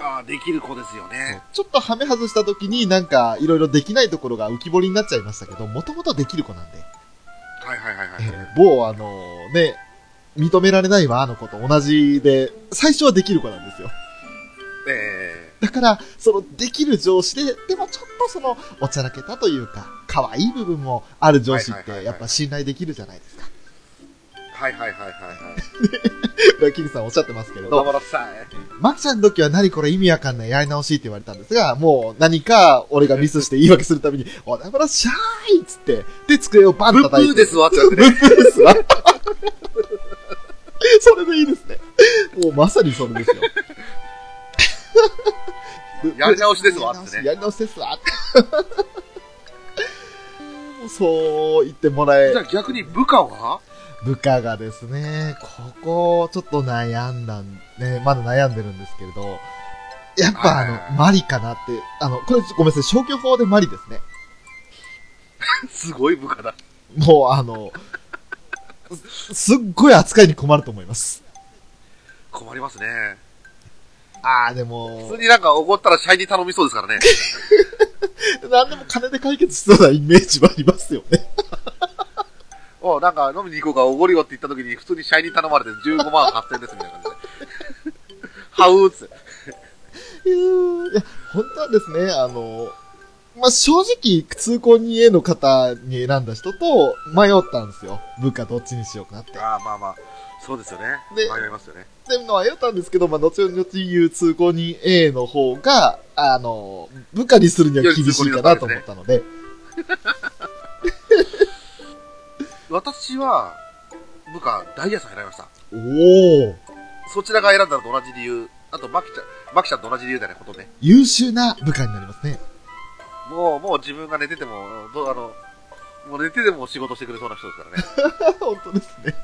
Speaker 3: ああ、できる子ですよね。
Speaker 2: ちょっとはめ外した時になんか、いろいろできないところが浮き彫りになっちゃいましたけど、もともとできる子なんで、
Speaker 3: はいはいはいは
Speaker 2: え
Speaker 3: い。
Speaker 2: ー某あの、ね、認められないわ、あの子と同じで、最初はできる子なんですよ。
Speaker 3: え
Speaker 2: だから、そのできる上司で、でもちょっとその、おちゃらけたというか、可愛い部分もある上司っ
Speaker 3: はいはいはいは
Speaker 2: て、
Speaker 3: い
Speaker 2: やっぱ信頼できるじゃないですか。
Speaker 3: えはいはいはいはいはい。
Speaker 2: キリさんおっしゃってますけれど、
Speaker 3: 頑張らっさい。
Speaker 2: マキちゃんの時は何これ意味わかんない、やり直しって言われたんですが、もう何か俺がミスして言い訳するために、おだからしゃーいっつって、で、机をバン
Speaker 3: ブッブ
Speaker 2: 叩い
Speaker 3: ー
Speaker 2: て。
Speaker 3: ですわってなって (laughs)
Speaker 2: ブ
Speaker 3: ね。
Speaker 2: ッブーですわ。それでいいですね。もうまさにそれですよ。
Speaker 3: (laughs) やり直しですわ
Speaker 2: やり直し
Speaker 3: ってね
Speaker 2: やり直しですわって。もうそう言ってもらえ
Speaker 3: じゃあ逆に部下は
Speaker 2: 部下がですね、ここ、ちょっと悩んだん、ね、まだ悩んでるんですけれど、やっぱ
Speaker 3: はいはい
Speaker 2: あ
Speaker 3: は
Speaker 2: の、
Speaker 3: い
Speaker 2: マリかなって、あの、これごめんなさい、消去法でマリですね。
Speaker 3: すごい部下だ。
Speaker 2: もうあの、すすっごい扱いに困ると思います。
Speaker 3: 困りますね。
Speaker 2: あーで
Speaker 3: 普
Speaker 2: も
Speaker 3: 通、になんか怒ったら社員に頼みそうですから (laughs) ね。
Speaker 2: なんでも金で解決しそうなイメージはありますよね。
Speaker 3: おうなんか飲みに行こうか、おごるよって言った時に、普通に社員に頼まれて15万8000円ですみたいな感じで。 (laughs) ハウーっつって。
Speaker 2: いや、本当はですね、あの、まあ、正直、通行人への方に選んだ人と迷ったんですよ。部下どっちにしようかなって。
Speaker 3: ああ、まあまあ。そうですよね。
Speaker 2: で
Speaker 3: 迷いますよね。
Speaker 2: ってのは言ったんですけど、まあ、後々言う通行人 A の方が、あの、部下にするには厳しいかなと思ったので、
Speaker 3: 私は、部下、ダイヤさん選びました。
Speaker 2: おおー
Speaker 3: そちらが選んだのと同じ理由。あと、マキちゃん、マキちゃんと同じ理由だね、ほとんどね。
Speaker 2: 優秀な部下になりますね。
Speaker 3: もう、もう自分が寝てても、どうあの、もう寝てても仕事してくれそうな人ですからね。
Speaker 2: (laughs)
Speaker 3: (laughs)
Speaker 2: 本当ですね。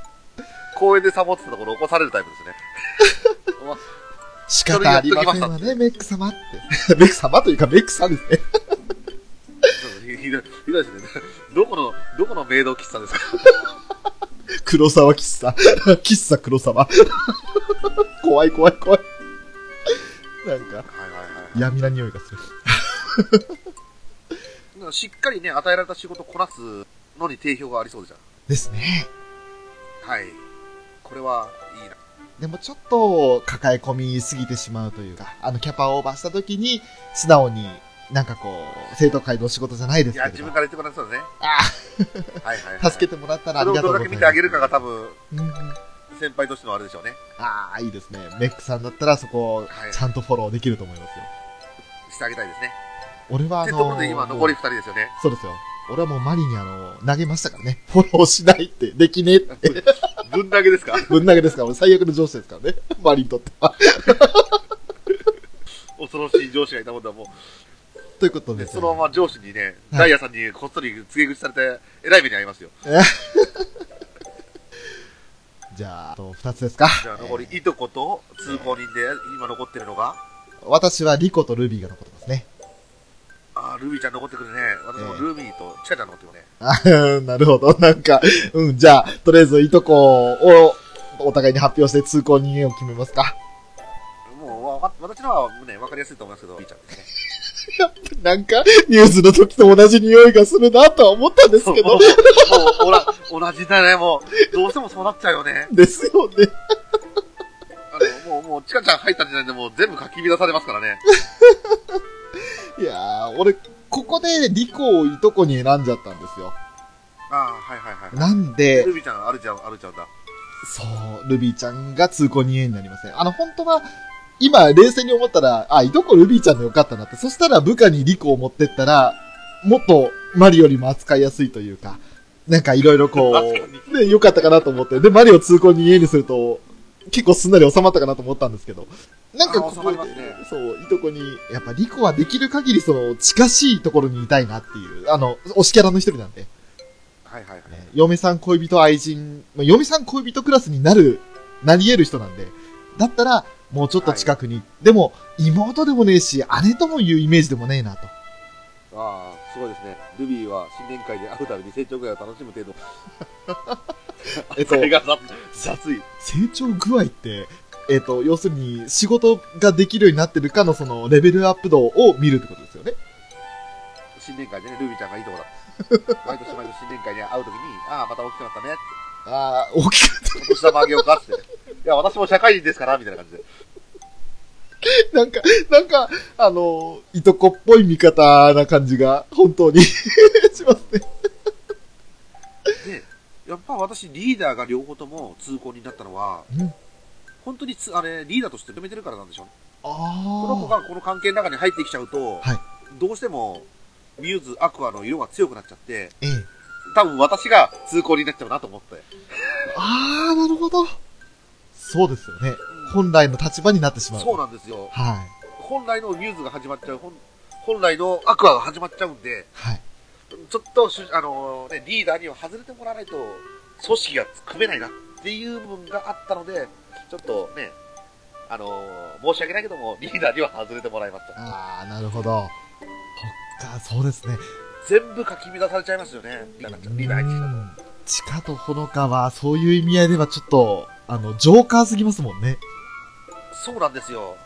Speaker 3: 公園でサボってたところ起こされるタイプですね。
Speaker 2: 仕方ありませんわね、 (laughs) メック様って。メック様というか、メックさんですね。
Speaker 3: (laughs) ひどい、ひどいです。メイド喫茶ですか
Speaker 2: 黒沢喫茶。 (laughs) 喫茶黒沢。 (laughs) 怖い怖い怖い。なんか、
Speaker 3: ら。はいはいはい。
Speaker 2: 闇な匂いがする。
Speaker 3: しっかりね、与えられた仕事こなすのに定評がありそうじゃん。
Speaker 2: ですね。
Speaker 3: はい。これは、いいな。
Speaker 2: でもちょっと抱え込みすぎてしまうというか、あのキャパオーバーした時に、素直に、なんかこう、生徒会の仕事じゃないです
Speaker 3: い
Speaker 2: けど。
Speaker 3: や、自分から言ってもらってたんですね。
Speaker 2: あ
Speaker 3: はいはい、はい。
Speaker 2: あ、 (laughs) 助けてもらったらあ
Speaker 3: それ
Speaker 2: り
Speaker 3: を
Speaker 2: がとう
Speaker 3: ど
Speaker 2: ご
Speaker 3: れ
Speaker 2: ざ
Speaker 3: だ
Speaker 2: います。
Speaker 3: け見てあげるかが多分、
Speaker 2: うんうん
Speaker 3: 先輩としてのあれでしょうね。
Speaker 2: ああ、いいですね。メックさんだったらそこ、
Speaker 3: はい
Speaker 2: ちゃんとフォローできると思いますよ。
Speaker 3: してあげたいですね。
Speaker 2: 俺はあ
Speaker 3: って
Speaker 2: の
Speaker 3: と
Speaker 2: ー
Speaker 3: ころで今、残り二人です
Speaker 2: (laughs)
Speaker 3: よね。
Speaker 2: そうですよ。俺はもうマリにあの、投げましたからね。フォローしないって、できねえって。
Speaker 3: ぶん投げですか
Speaker 2: (laughs) ぶん投げですから、俺最悪の上司ですからね。 (laughs) マリにとっては。
Speaker 3: 恐ろしい上司がいたもんだも
Speaker 2: ということ
Speaker 3: う。
Speaker 2: で
Speaker 3: で、
Speaker 2: す
Speaker 3: そ
Speaker 2: ね、
Speaker 3: のまま上司にね、
Speaker 2: はい
Speaker 3: ダイヤさんにこっそり告げ口されて、えらい目に遭いますよ。
Speaker 2: じゃあ、あと2つですか。
Speaker 3: じゃあ、残り
Speaker 2: え、
Speaker 3: いとこと通行人で、今残ってるのが、
Speaker 2: ー私はリコとルビーが残ってますね。
Speaker 3: あールビーちゃん残ってくるね。私も
Speaker 2: ええ
Speaker 3: ルビーとチカちゃん残ってるね。
Speaker 2: あ (laughs) ーなるほど。なんか、うん、じゃあ、とりあえず、いとこを、お互いに発表して通行人間を決めますか。 (laughs)
Speaker 3: もう、わ私のはね、わかりやすいと思いますけど、ルビーちゃんですね。
Speaker 2: なんか、ニュースの時と同じ匂いがするなとは思ったんです
Speaker 3: そう
Speaker 2: け
Speaker 3: も
Speaker 2: ど
Speaker 3: う、、もうおら同じだね、もう。どうしてもそうなっちゃうよね。
Speaker 2: (laughs) ですよね。
Speaker 3: あの、もう、もう、チカちゃん入った時点でもう全部かき乱されますからね。
Speaker 2: いやー、俺、ここでリコをいとこに選んじゃったんですよ。
Speaker 3: ああ、はいはいはい。
Speaker 2: なんで
Speaker 3: ル、ビーちゃん、あるちゃん、あるちゃんだ。
Speaker 2: そう、ルビーちゃんが通行 2A になりません。あの、本当は、今、冷静に思ったら、あ、いとこルビーちゃんでよかったなって。そしたら部下にリコを持ってったら、もっとマリよりも扱いやすいというか、なんかいろいろこ
Speaker 3: 確
Speaker 2: う、ね、よかったかなと思って。で、マリを通行 2A にすると、結構すんなり収まったかなと思ったんですけど。なんか
Speaker 3: あ
Speaker 2: こ
Speaker 3: 収
Speaker 2: こ
Speaker 3: ま
Speaker 2: で
Speaker 3: りますね
Speaker 2: そう、いとこに、やっぱリコはできる限りその、近しいところにいたいなっていう、あの、推しキャラの一人なんで。
Speaker 3: はいはいはい。
Speaker 2: ね嫁さん恋人愛人、まあ、嫁さん恋人クラスになる、なり得る人なんで、だったら、もうちょっと近くに、でも、妹でもねえし、姉ともいうイメージでもねえなと。
Speaker 3: ああ、すごいですね。ルビーは新年会で会うたびに成長会を楽しむ程度。
Speaker 2: えっと
Speaker 3: (laughs) それが雑雑い。
Speaker 2: 成長具合って、えっと、要するに、仕事ができるようになってるかのその、レベルアップ度を見るってことですよね。
Speaker 3: 新年会でね、ルビーちゃんがいいとこ
Speaker 2: (laughs)
Speaker 3: だ。毎年毎年新年会に会うときに、ああ、また大きくなったねって。
Speaker 2: ああ、大きく、
Speaker 3: お年玉あげようかって。いや、私も社会人ですから、みたいな感じで。
Speaker 2: (laughs) なんか、なんか、あの、いとこっぽい見方な感じが、本当に、 (laughs) しますね。
Speaker 3: で、やっぱ私、リーダーが両方とも通行になったのは、
Speaker 2: うん
Speaker 3: 本当につ、あれ、リーダーとして認めてるからなんでしょうね。この子
Speaker 2: あ
Speaker 3: がこの関係の中に入ってきちゃうと、
Speaker 2: はい
Speaker 3: どうしても、ミューズ、アクアの色が強くなっちゃって、
Speaker 2: ええ。
Speaker 3: 多分私が通行になっちゃうなと思って。
Speaker 2: ああ、なるほど。そうですよね。本来の立場になってしまう。
Speaker 3: そうなんですよ。
Speaker 2: はい。
Speaker 3: 本来のミューズが始まっちゃう、本本来のアクアが始まっちゃうんで、
Speaker 2: はい。
Speaker 3: ちょっと主、あのね、リーダーには外れてもらわないと、組織が組めないなっていう部分があったので、ちょっとね、あの申し訳ないけども、リーダーには外れてもらいました。
Speaker 2: ああ、なるほど。そっか、そうですね。
Speaker 3: 全部かき乱されちゃいますよね、リーダーに。リーダーに入ってきた
Speaker 2: う
Speaker 3: と
Speaker 2: ん地下とほのかは、そういう意味合いではちょっと、あの、ジョーカーすぎますもんね。
Speaker 3: そうなんですよ。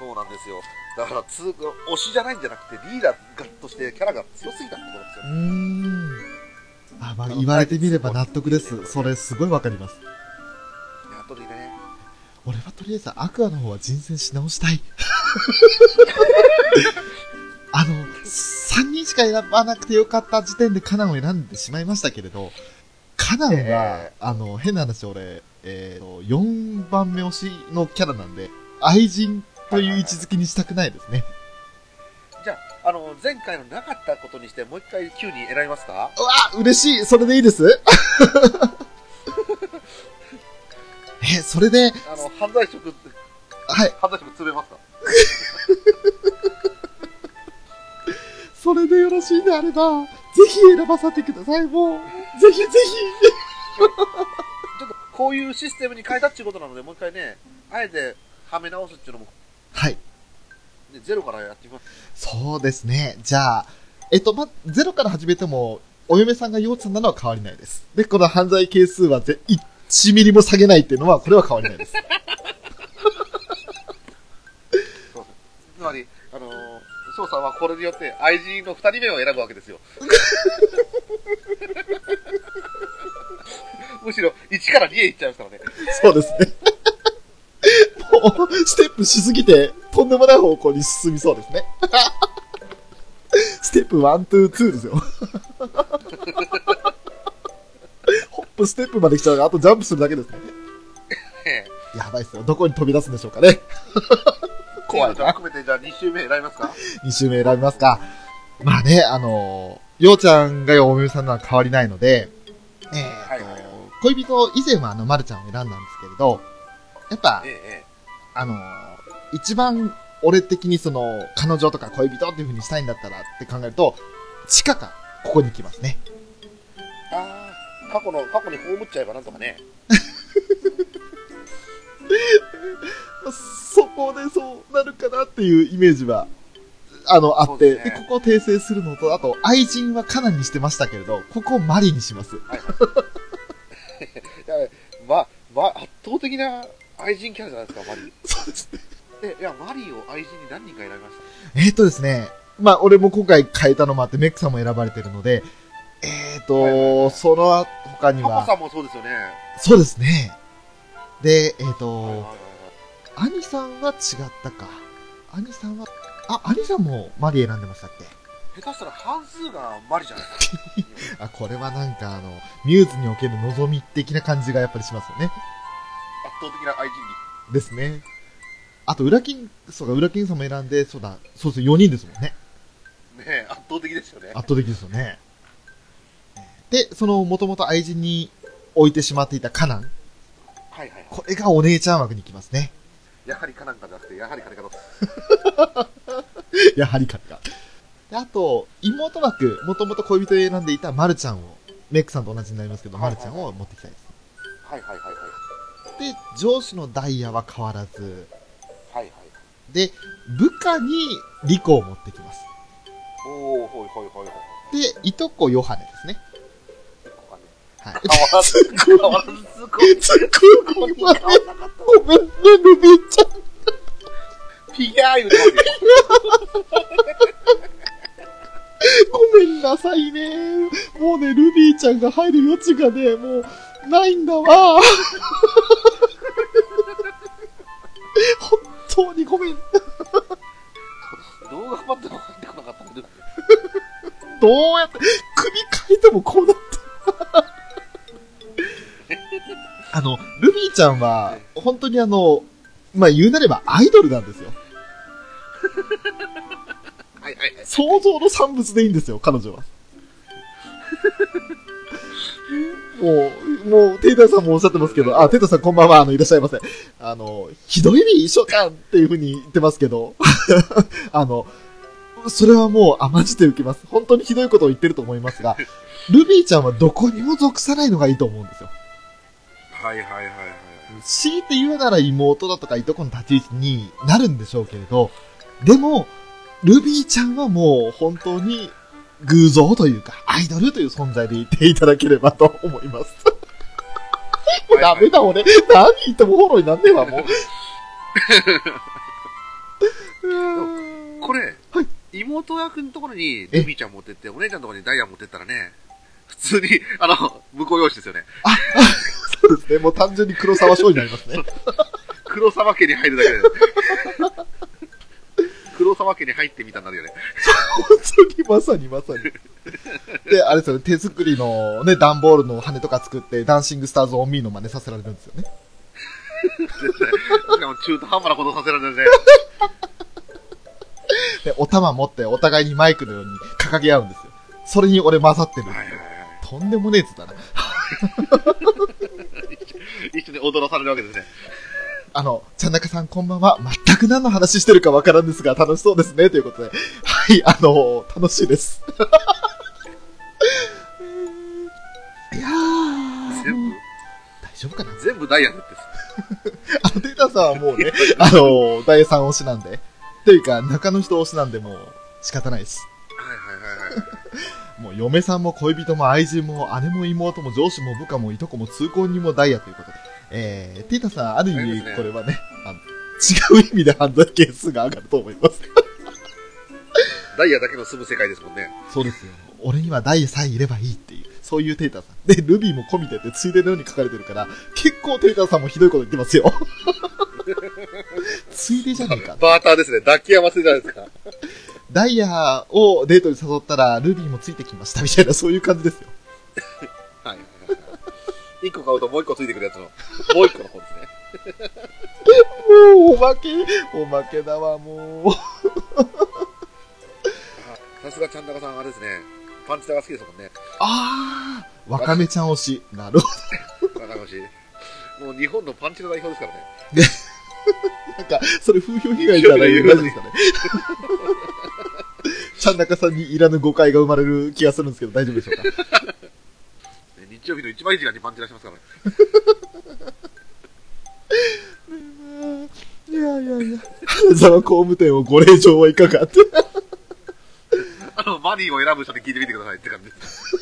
Speaker 3: そうなんですよ。だから、通過、推しじゃないんじゃなくて、リーダーがとしてキャラが強すぎたってことです
Speaker 2: うー
Speaker 3: よね。
Speaker 2: ん。あ、まあ、言われてみれば納得です。それ、すごいわかります。
Speaker 3: やっとでね。
Speaker 2: 俺はとりあえず、アクアの方は人選し直
Speaker 3: (laughs)
Speaker 2: したい。あの、3人しか選ばなくてよかった時点でカナンを選んでしまいましたけれど、カナンは、
Speaker 3: え
Speaker 2: あの、変な話、俺、えーと、4番目推しのキャラなんで、愛人という位置づけにしたくないですね。
Speaker 3: じゃあ、あの、前回のなかったことにして、もう一回9に選びますか
Speaker 2: うわ嬉しいそれでいいです
Speaker 3: (laughs)
Speaker 2: え、それで、
Speaker 3: あの、犯罪職、
Speaker 2: はい、
Speaker 3: 犯罪職潰れますか
Speaker 2: それでよろしいんであれば、ぜひ選ばさせてください、もう。ぜひぜひ。
Speaker 3: ちょっと、こういうシステムに変えたっていうことなので、もう一回ね、あえて、はめ直すっていうのも、
Speaker 2: はい。
Speaker 3: ね、ゼロからやっていきます。
Speaker 2: そうですね。じゃあ、えっと、ま、ゼロから始めても、お嫁さんが幼稚さんなのは変わりないです。で、この犯罪係数はぜ1ミリも下げないっていうのは、これは変わりないです。
Speaker 3: つまり、あのー、翔さんはこれによって愛人の二人目を選ぶわ
Speaker 2: (laughs)
Speaker 3: けですよ。むしろ1から2へ行っちゃいますからね。
Speaker 2: そうですね。もう、ステップしすぎて、とんでもない方向に進みそうですね。 (laughs) ステップ1、2、2ですよ。 (laughs) ホップ、ステップまで来ちゃうから、あとジャンプするだけですね。
Speaker 3: ええ
Speaker 2: やばいっすよ。どこに飛び出すんでしょうかね。怖い
Speaker 3: じゃあ
Speaker 2: な。
Speaker 3: 含めてじゃあ2周目選びますか
Speaker 2: 2周目選びますか。まあね、あのー、ようちゃんがお嫁さんなのは変わりないので、えー
Speaker 3: はいはいはい。
Speaker 2: 恋人以前はあの、まるちゃんを選んだんですけれど、やっぱ、
Speaker 3: えええ
Speaker 2: あのー一番俺的にその、彼女とか恋人っていう風にしたいんだったらって考えると、地下か、ここに来ますね。
Speaker 3: えああ、過去の、過去に葬っちゃえばなんとかね。
Speaker 2: そこでそうなるかなっていうイメージは、あの、あ
Speaker 3: そ
Speaker 2: っ
Speaker 3: う
Speaker 2: て、
Speaker 3: です
Speaker 2: で
Speaker 3: ね
Speaker 2: ここを訂正するのと、あと、愛人はカナにしてましたけれど、ここをマリにします。
Speaker 3: いやまあ、まあ、圧倒的な愛人キャラじゃないですか、マリー。
Speaker 2: そうですね。
Speaker 3: え、いや、マリーを愛人に何人か選びまし
Speaker 2: えっ、とですね、まあ、俺も今回変えたのもあって、メックさんも選ばれてるので、えっ、と、
Speaker 3: はいはいはい
Speaker 2: その他に
Speaker 3: た。パパ
Speaker 2: は
Speaker 3: さ、んもそうですよね。
Speaker 2: そうですね。で、えっ、と、
Speaker 3: はいはいはい
Speaker 2: 兄さんは違ったか。兄さんは、あ、兄さんもマリ選んでましたっけ
Speaker 3: 下手したら半数がマリじゃないですか。
Speaker 2: あ、これはなんかあの、ミューズにおける望み的な感じがやっぱりしますよね。
Speaker 3: 圧倒的な愛人に。
Speaker 2: ですね。あと、裏金、そうか、裏金さんも選んで、そうだ、そうですね、4人ですもんね。
Speaker 3: ねえ圧倒的ですよね。
Speaker 2: 圧倒的ですよね。で、その、もともと愛人に置いてしまっていたカナン。
Speaker 3: はいはいは
Speaker 2: これがお姉ちゃん枠に行きますね。
Speaker 3: い。やはりかなんかじゃなくて、やはり金かと。
Speaker 2: (laughs) やはりかが。で、あと、妹枠、もともと恋人を選んでいたマルちゃんを、メックさんと同じになりますけど、マルちゃんを持ってきたいです。
Speaker 3: はいはいはいはい。
Speaker 2: で、上司のダイヤは変わらず、
Speaker 3: はいはい。
Speaker 2: で、部下にリコを持ってきます。
Speaker 3: おー、ほいほいほいほい。
Speaker 2: で、いとこヨハネですね。はい。
Speaker 3: 変わらず、変わらず、
Speaker 2: つく (laughs) ごめんね、ごめんね、ルビーちゃん。
Speaker 3: ピヤー言うてますよ
Speaker 2: ごめんなさいね。もうね、ルビーちゃんが入る余地がね、もう、ないんだわ。本当にごめん。
Speaker 3: どう頑張っても入ってこなかったけど。
Speaker 2: どうやって、首変えてもこうなった。あの、ルビーちゃんは、本当にあの、まあ、言うなればアイドルなんですよ。
Speaker 3: はいはいはい。
Speaker 2: 想像の産物でいいんですよ、彼女は。 (laughs) もう、もう、テイタさんもおっしゃってますけど、あ、テイタさんこんばんは、あの、いらっしゃいませ。あの、ひどい衣装感っていうふうに言ってますけど、 (laughs) あの、それはもう甘じて受けます。本当にひどいことを言ってると思いますが、ルビーちゃんはどこにも属さないのがいいと思うんですよ。
Speaker 3: はいはいはいはい。
Speaker 2: 強いて言うなら妹だとかいとこの立ち位置になるんでしょうけれど、でも、ルビーちゃんはもう本当に偶像というか、アイドルという存在でいていただければと思います。も (laughs) うダメだ俺、何言ってもフォローになんねえわ、 (laughs) もう。うーん
Speaker 3: これ、
Speaker 2: は
Speaker 3: 妹役のところにルビーちゃん持ってって、お姉ちゃんのところにダイヤ持ってったらね、普通に、あの、向こう用紙ですよね。
Speaker 2: そうですね、もう単純に黒沢翔になりますね。
Speaker 3: 黒沢家に入るだけで。 (laughs) 黒沢家に入ってみたんだよね。
Speaker 2: 本当 (laughs) にまさにまさに。で、あれですよね、手作りのね、段ボールの羽とか作って、ダンシングスターズオンミーの真似させられるんですよね。
Speaker 3: 絶対。しかも中途半端なことさせられるね。
Speaker 2: で、お玉持って、お互いにマイクのように掲げ合うんですよ。それに俺混ざってる。
Speaker 3: はいはいはい。
Speaker 2: とんでもねえっつだな。
Speaker 3: 一緒に踊らされるわけですね。
Speaker 2: あの、ちゃんなかさんこんばんは。全く何の話してるかわからんですが、楽しそうですね。ということで。はい、あの楽しいです。いやー、
Speaker 3: 全
Speaker 2: もう
Speaker 3: 部、
Speaker 2: 大丈夫かな
Speaker 3: 全部ダイヤです。
Speaker 2: あの、データさんはもうね、あの、第3推しなんで。というか、中の人推しなんでもう仕方ないです。
Speaker 3: はいはいはいはい。
Speaker 2: もう嫁さんも恋人も愛人も姉も妹も上司も部下もいとこも通行人もダイヤということで、えー、ティータさん、ある
Speaker 3: 大
Speaker 2: 意
Speaker 3: 変です
Speaker 2: 味
Speaker 3: ね
Speaker 2: これはね、あの違う意味で犯罪件数が上がると思います。
Speaker 3: ダイヤだけの住む世界ですもんね。
Speaker 2: そうですよ。俺にはダイヤさえいればいいっていう、そういうテイタさん。で、ルビーも込みでって、ついでのように書かれてるから、結構テイタさんもひどいこと言ってますよ。ついでじゃねえか。
Speaker 3: バーターですね。抱き合わせじゃないですか。
Speaker 2: ダイヤをデートに誘ったら、ルビーもついてきましたみたいな、そういう感じですよ。
Speaker 3: はいはいはいはい。一個買うともう一個ついてくるやつの、もう一個の方ですね。
Speaker 2: もう、おまけ、おまけだわ、もう。
Speaker 3: あさすがちゃんたかさん、あれですね。パンチタが好きですもんね。
Speaker 2: あー、わかめちゃん推し。なるほ
Speaker 3: わかりましもう日本のパンチの代表ですか
Speaker 2: ど。
Speaker 3: らね。
Speaker 2: (laughs) なんか、それ風評被害じゃないいう感じ (laughs) ですかね。ちゃん中さんにいらぬ誤解が生まれる気がするんですけど、大丈夫でしょうか。
Speaker 3: ね日曜日の一番いい時間にパンチ出しますからね。
Speaker 2: (laughs) いやいやいや。花沢工務店をご令嬢はいかがって。
Speaker 3: あの、マニーを選ぶ人に聞いてみてくださいって感じです。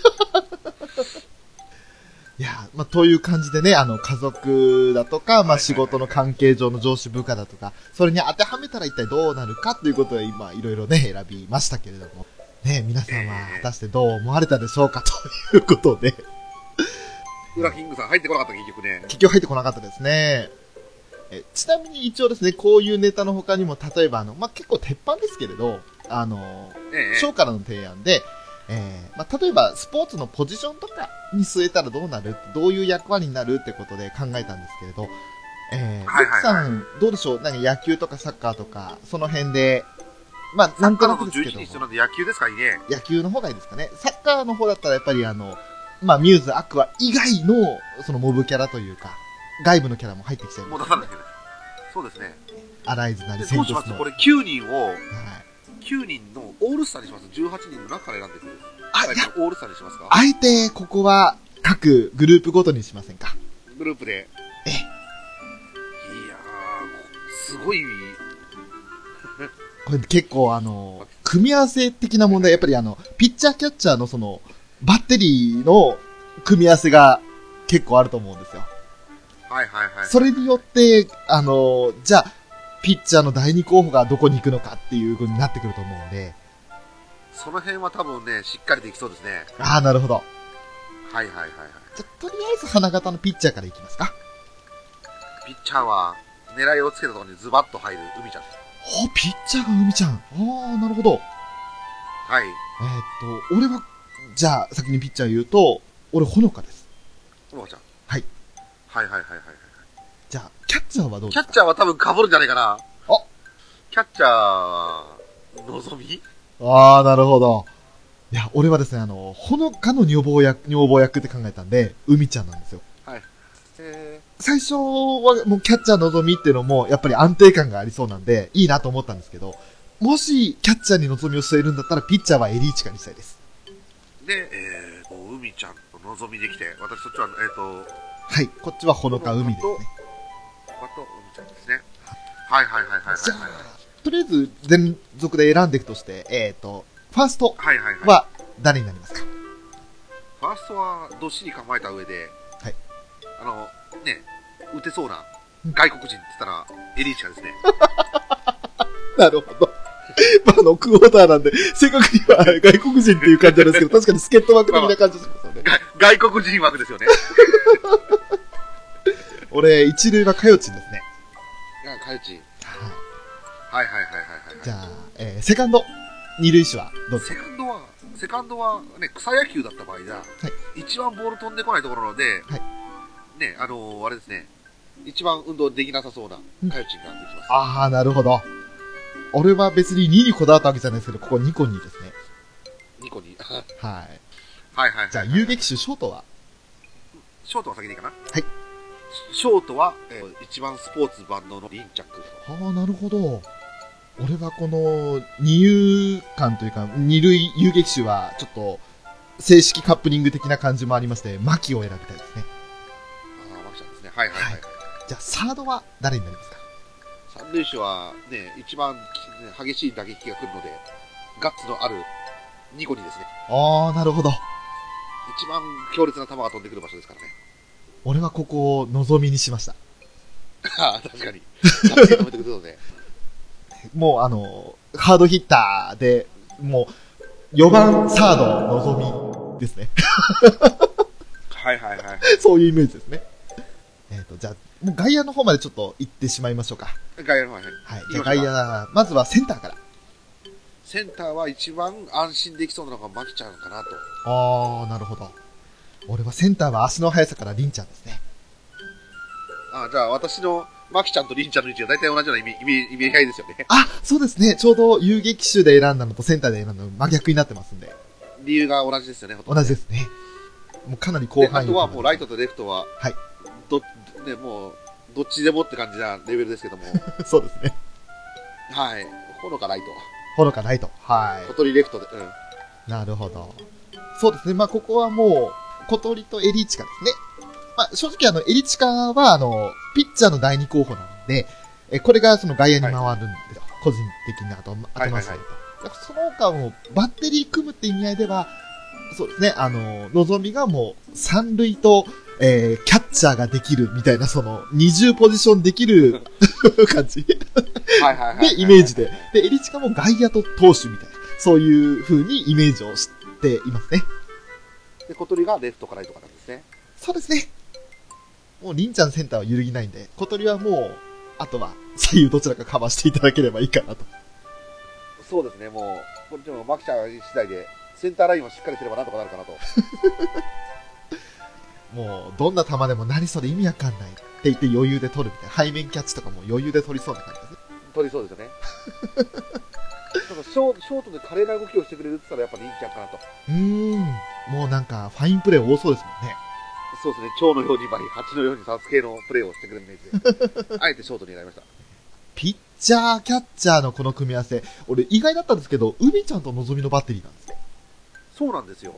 Speaker 2: いや、まあ、という感じでね、あの、家族だとか、まあ、仕事の関係上の上司部下だとか、それに当てはめたら一体どうなるかということで、今、いろいろね、選びましたけれども、ね、皆さんは果たしてどう思われたでしょうか、ということで、
Speaker 3: 裏キングさん入ってこなかった結局ね。
Speaker 2: 結局入ってこなかったですね。えちなみに一応ですね、こういうネタの他にも、例えば、あの、まあ、結構鉄板ですけれど、あの、
Speaker 3: ええ
Speaker 2: 省からの提案で、えーまあ、例えばスポーツのポジションとかに据えたらどうなるどういう役割になるってことで考えたんですけれど、えー、
Speaker 3: はいはいはい
Speaker 2: ベックさん、どうでしょうなんか野球とかサッカーとか、その辺で、まあ、なんとなくですけど
Speaker 3: 11、人なんで野球ですかいね。
Speaker 2: 野球の方がいいですかね。サッカーの方だったらやっぱりあの、まあ、ミューズ、アクア以外の、そのモブキャラというか、外部のキャラも入ってきちゃい
Speaker 3: もう
Speaker 2: ます。
Speaker 3: 出さないけど。そうですね。
Speaker 2: アライズなり、
Speaker 3: で
Speaker 2: セ
Speaker 3: ど
Speaker 2: ン
Speaker 3: う
Speaker 2: ト
Speaker 3: しま
Speaker 2: ス
Speaker 3: す
Speaker 2: の。
Speaker 3: こ
Speaker 2: はい
Speaker 3: れ9人を、9人のオールスターにします。18人の中から選んでくる。
Speaker 2: あ、
Speaker 3: はい
Speaker 2: いや、
Speaker 3: オールスターにしますか
Speaker 2: あえて、ここは、各グループごとにしませんか。
Speaker 3: グループで。
Speaker 2: ええ
Speaker 3: いやー、すごい、
Speaker 2: これ結構あの、組み合わせ的な問題、やっぱりあの、ピッチャーキャッチャーのその、バッテリーの組み合わせが結構あると思うんですよ。
Speaker 3: はいはいはい。
Speaker 2: それによって、あの、じゃあ、ピッチャーの第二候補がどこに行くのかっていう風になってくると思うので、
Speaker 3: その辺は多分ね、しっかりできそうですね。
Speaker 2: ああ、なるほど。
Speaker 3: はいはいはいはい。
Speaker 2: じゃあ、とりあえず花形のピッチャーからいきますか。
Speaker 3: ピッチャーは、狙いをつけたところにズバッと入る、海ちゃん。
Speaker 2: お、ピッチャーが海ちゃん。ああ、なるほど。
Speaker 3: はい。
Speaker 2: えーっと、俺は、じゃあ、先にピッチャー言うと、俺、ほのかです。
Speaker 3: ほのかちゃん。
Speaker 2: はい。
Speaker 3: はいはいはいはいは
Speaker 2: じゃあ、キャッチャーはどうで
Speaker 3: い。キャ
Speaker 2: す
Speaker 3: ッ
Speaker 2: か
Speaker 3: チャーは多分被るんじゃないかな。
Speaker 2: あ
Speaker 3: キャッチャー、のぞみ
Speaker 2: ああ、なるほど。いや、俺はですね、あの、ほのかの女房役、女房役って考えたんで、海ちゃんなんですよ。
Speaker 3: え
Speaker 2: 最初はもうキャッチャーのぞみっていうのも、やっぱり安定感がありそうなんで、いいなと思ったんですけど、もしキャッチャーにのぞみを据えるんだったら、ピッチャーはエリーチカにしたいです。
Speaker 3: ー、で、えーと、海ちゃんとのぞみできて、私そっちは、えーと、
Speaker 2: はい、こっちはほのか海ですね。
Speaker 3: 他と海ちゃんですね。はいはいはいはいはい
Speaker 2: じゃ
Speaker 3: はい。
Speaker 2: あ、とりあえず連続で選んでいくとして、えっ、ー、と、ファースト
Speaker 3: はいはいはい。
Speaker 2: は誰になりますか
Speaker 3: ファーストはどっしり構えた上で、
Speaker 2: はい
Speaker 3: あの、ね、打てそうな外国人って言ったら、エリーチカですね。
Speaker 2: なるほど。 (laughs) まあ、あの、クォーターなんで、正確には外国人っていう感じなんです (laughs) けど、確かにスケット枠的な感じしますよね。
Speaker 3: 外国人枠です
Speaker 2: (laughs)
Speaker 3: よね。
Speaker 2: 俺、一塁はかよちんですね。
Speaker 3: あ、カヨチン。
Speaker 2: はい。
Speaker 3: はいはいはいはいはい。
Speaker 2: じゃあ、えー、セカンド、二塁手はどうぞ。
Speaker 3: セカンドは、セカンドはね、草野球だった場合だ、一番ボール飛んでこないところで、
Speaker 2: はい
Speaker 3: ね、あのーあれですね、一番運動できなさそうなカヨチンができます。
Speaker 2: ああ、なるほど。俺は別に2にこだわったわけじゃないですけど、ここ2個2ですね。
Speaker 3: ニコ (laughs) に。はい
Speaker 2: はい。
Speaker 3: はいはい。
Speaker 2: じゃあ、遊撃手、ショートは
Speaker 3: ショートは先でいいかな
Speaker 2: はい。
Speaker 3: ショートは、えー一番スポーツ万能のリンチャック。
Speaker 2: ああ、なるほど。俺はこの、二遊間というか、二塁遊撃手は、ちょっと、正式カップリング的な感じもありまして、牧を選びたいですね。
Speaker 3: ああ、マキちゃんですね。はいはいはい。
Speaker 2: はいじゃあ、サードは誰になりますか
Speaker 3: 三塁手はね、一番き激しい打撃が来るので、ガッツのあるニコにですね、
Speaker 2: あー、なるほど。
Speaker 3: 一番強烈な球が飛んでくる場所ですからね。
Speaker 2: 俺はここを望みにしました。
Speaker 3: ああ、確 (laughs) かに。ガッツリ止めてくれるので、
Speaker 2: もうあの、ハードヒッターで、もう、4番サード望みですね。 (laughs)
Speaker 3: はいはいはい。
Speaker 2: そういうイメージですね。えっ、と、じゃあ、もう外野の方までちょっと行ってしまいましょうか。
Speaker 3: 外野の方に。
Speaker 2: はい。
Speaker 3: 行
Speaker 2: じゃ
Speaker 3: き
Speaker 2: あ
Speaker 3: ましょ
Speaker 2: 外
Speaker 3: う
Speaker 2: 野は、まずはセンターから。
Speaker 3: センターは一番安心できそうなのがマキちゃんかなと。
Speaker 2: あー、なるほど。俺はセンターは足の速さからリンちゃんですね。
Speaker 3: ああ、じゃあ私のマキちゃんとリンちゃんの位置が大体同じような意味、意味、意味合いですよね。
Speaker 2: あ、そうですね。ちょうど遊撃手で選んだのとセンターで選んだの真逆になってますんで。
Speaker 3: 理由が同じですよね、ほとん
Speaker 2: 同
Speaker 3: ど
Speaker 2: じですね。もうかなり広
Speaker 3: であ
Speaker 2: 範囲
Speaker 3: と
Speaker 2: に
Speaker 3: はもうライトとレフトは、
Speaker 2: はい
Speaker 3: ど、ね、もう、どっちでもって感じなレベルですけど (laughs) も、
Speaker 2: (laughs) そうですね。
Speaker 3: はい。ほのかライト。
Speaker 2: ほのかライト。は
Speaker 3: 小鳥レフトで、うん。
Speaker 2: い。なるほど。そうですね。まあ、ここはもう、小鳥とエリチカですね。まあ、正直あの、エリチカは、あの、ピッチャーの第二候補なので、え、これがその外野に回るんですよ。個人的な後、
Speaker 3: はい
Speaker 2: 頭
Speaker 3: はい
Speaker 2: 下げと。だからその他もバッテリー組むって意味合いでは、そうですね。あの、のぞみがもう、三塁と、えーキャッチャーができるみたいな、その、二重ポジションできる (laughs) 感じ。
Speaker 3: はいはいはいはい。
Speaker 2: で、イメージで。で、エリチカも外野と投手みたいな、そういう風にイメージをしていますね。
Speaker 3: で、小鳥がレフトかライトかなんですね。
Speaker 2: そうですね。もう、りんちゃんセンターは揺るぎないんで、小鳥はもう、あとは左右どちらかカバーしていただければいいかなと。
Speaker 3: そうですね、もう、これでもマキちゃん次第で、センターラインをしっかりすればなんとかなるかなと。
Speaker 2: もう、どんな球でも何それ意味わかんないって言って余裕で取るみたいな。背面キャッチとかも余裕で取りそうな感じですね。
Speaker 3: 取りそうです (laughs) よね。なんかショーショートで華麗な動きをしてくれるって言ったらやっぱりいいんちゃうかなと。
Speaker 2: うーん。もうなんか、ファインプレー多そうですもんね。
Speaker 3: そうですね、蝶のように舞い、蜂のようにサス系のプレーをしてくれるイメージ (laughs) で、あえてショートに選びました。
Speaker 2: ピッチャー、キャッチャーのこの組み合わせ、俺意外だったんですけど、海ちゃんとのぞみのバッテリーなんですね。
Speaker 3: そうなんですよ。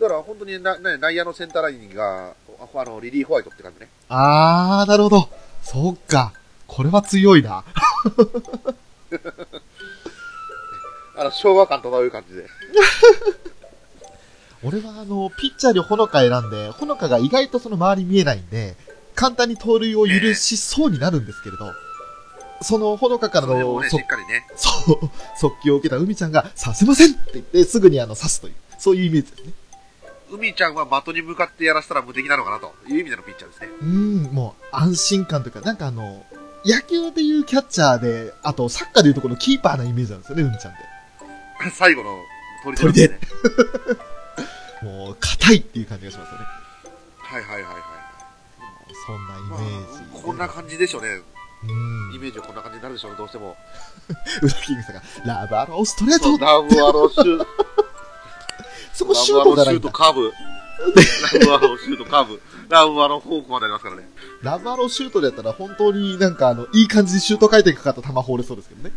Speaker 3: だから本当にな、ね、内野のセンターラインが、ああの、リリー・ホワイトって感じね。
Speaker 2: あー、なるほど。そっか。これは強いな。
Speaker 3: あの、昭和感漂う感じで。
Speaker 2: 俺はあの、ピッチャーにほのか選んで、ほのかが意外とその周り見えないんで、簡単に盗塁を許しそうになるんですけれど、そのほのかから
Speaker 3: それ
Speaker 2: の
Speaker 3: もね、し
Speaker 2: そ (laughs)
Speaker 3: っかりね。
Speaker 2: そう速球を受けた海ちゃんが、させませんって言って、すぐにあの、刺すという、そういうイメージですね。
Speaker 3: 海ちゃんは的に向かってやらせたら無敵なのかなという意味でのピッチャーですね。
Speaker 2: うん、もう安心感というか、なんかあの、野球でいうキャッチャーで、あとサッカーでいうとこのキーパーなイメージなんですよね、海ちゃんって。
Speaker 3: (laughs) 最後の鳥ですね。
Speaker 2: もう、硬いっていう感じがしますよね。
Speaker 3: はいはいはいはい。
Speaker 2: そんなイメ
Speaker 3: ま
Speaker 2: ージ。
Speaker 3: あ、こんな感じでしょうね。
Speaker 2: うん
Speaker 3: イメージはこんな感じになるでしょうね、どうしても。
Speaker 2: ウラキングさんが、ラバーローストレート
Speaker 3: ラブアローシュート、
Speaker 2: そこシュー
Speaker 3: ラ
Speaker 2: ト
Speaker 3: ブ
Speaker 2: じゃな
Speaker 3: アロー
Speaker 2: い
Speaker 3: シ
Speaker 2: ん
Speaker 3: ュート
Speaker 2: だ。
Speaker 3: カーブ。ラブアローシュートカーブ。ラブアローフォークまでありますからね。
Speaker 2: ラバーローシュートだったら本当になんかあの、いい感じにシュート回転かかった球放れそうですけどね。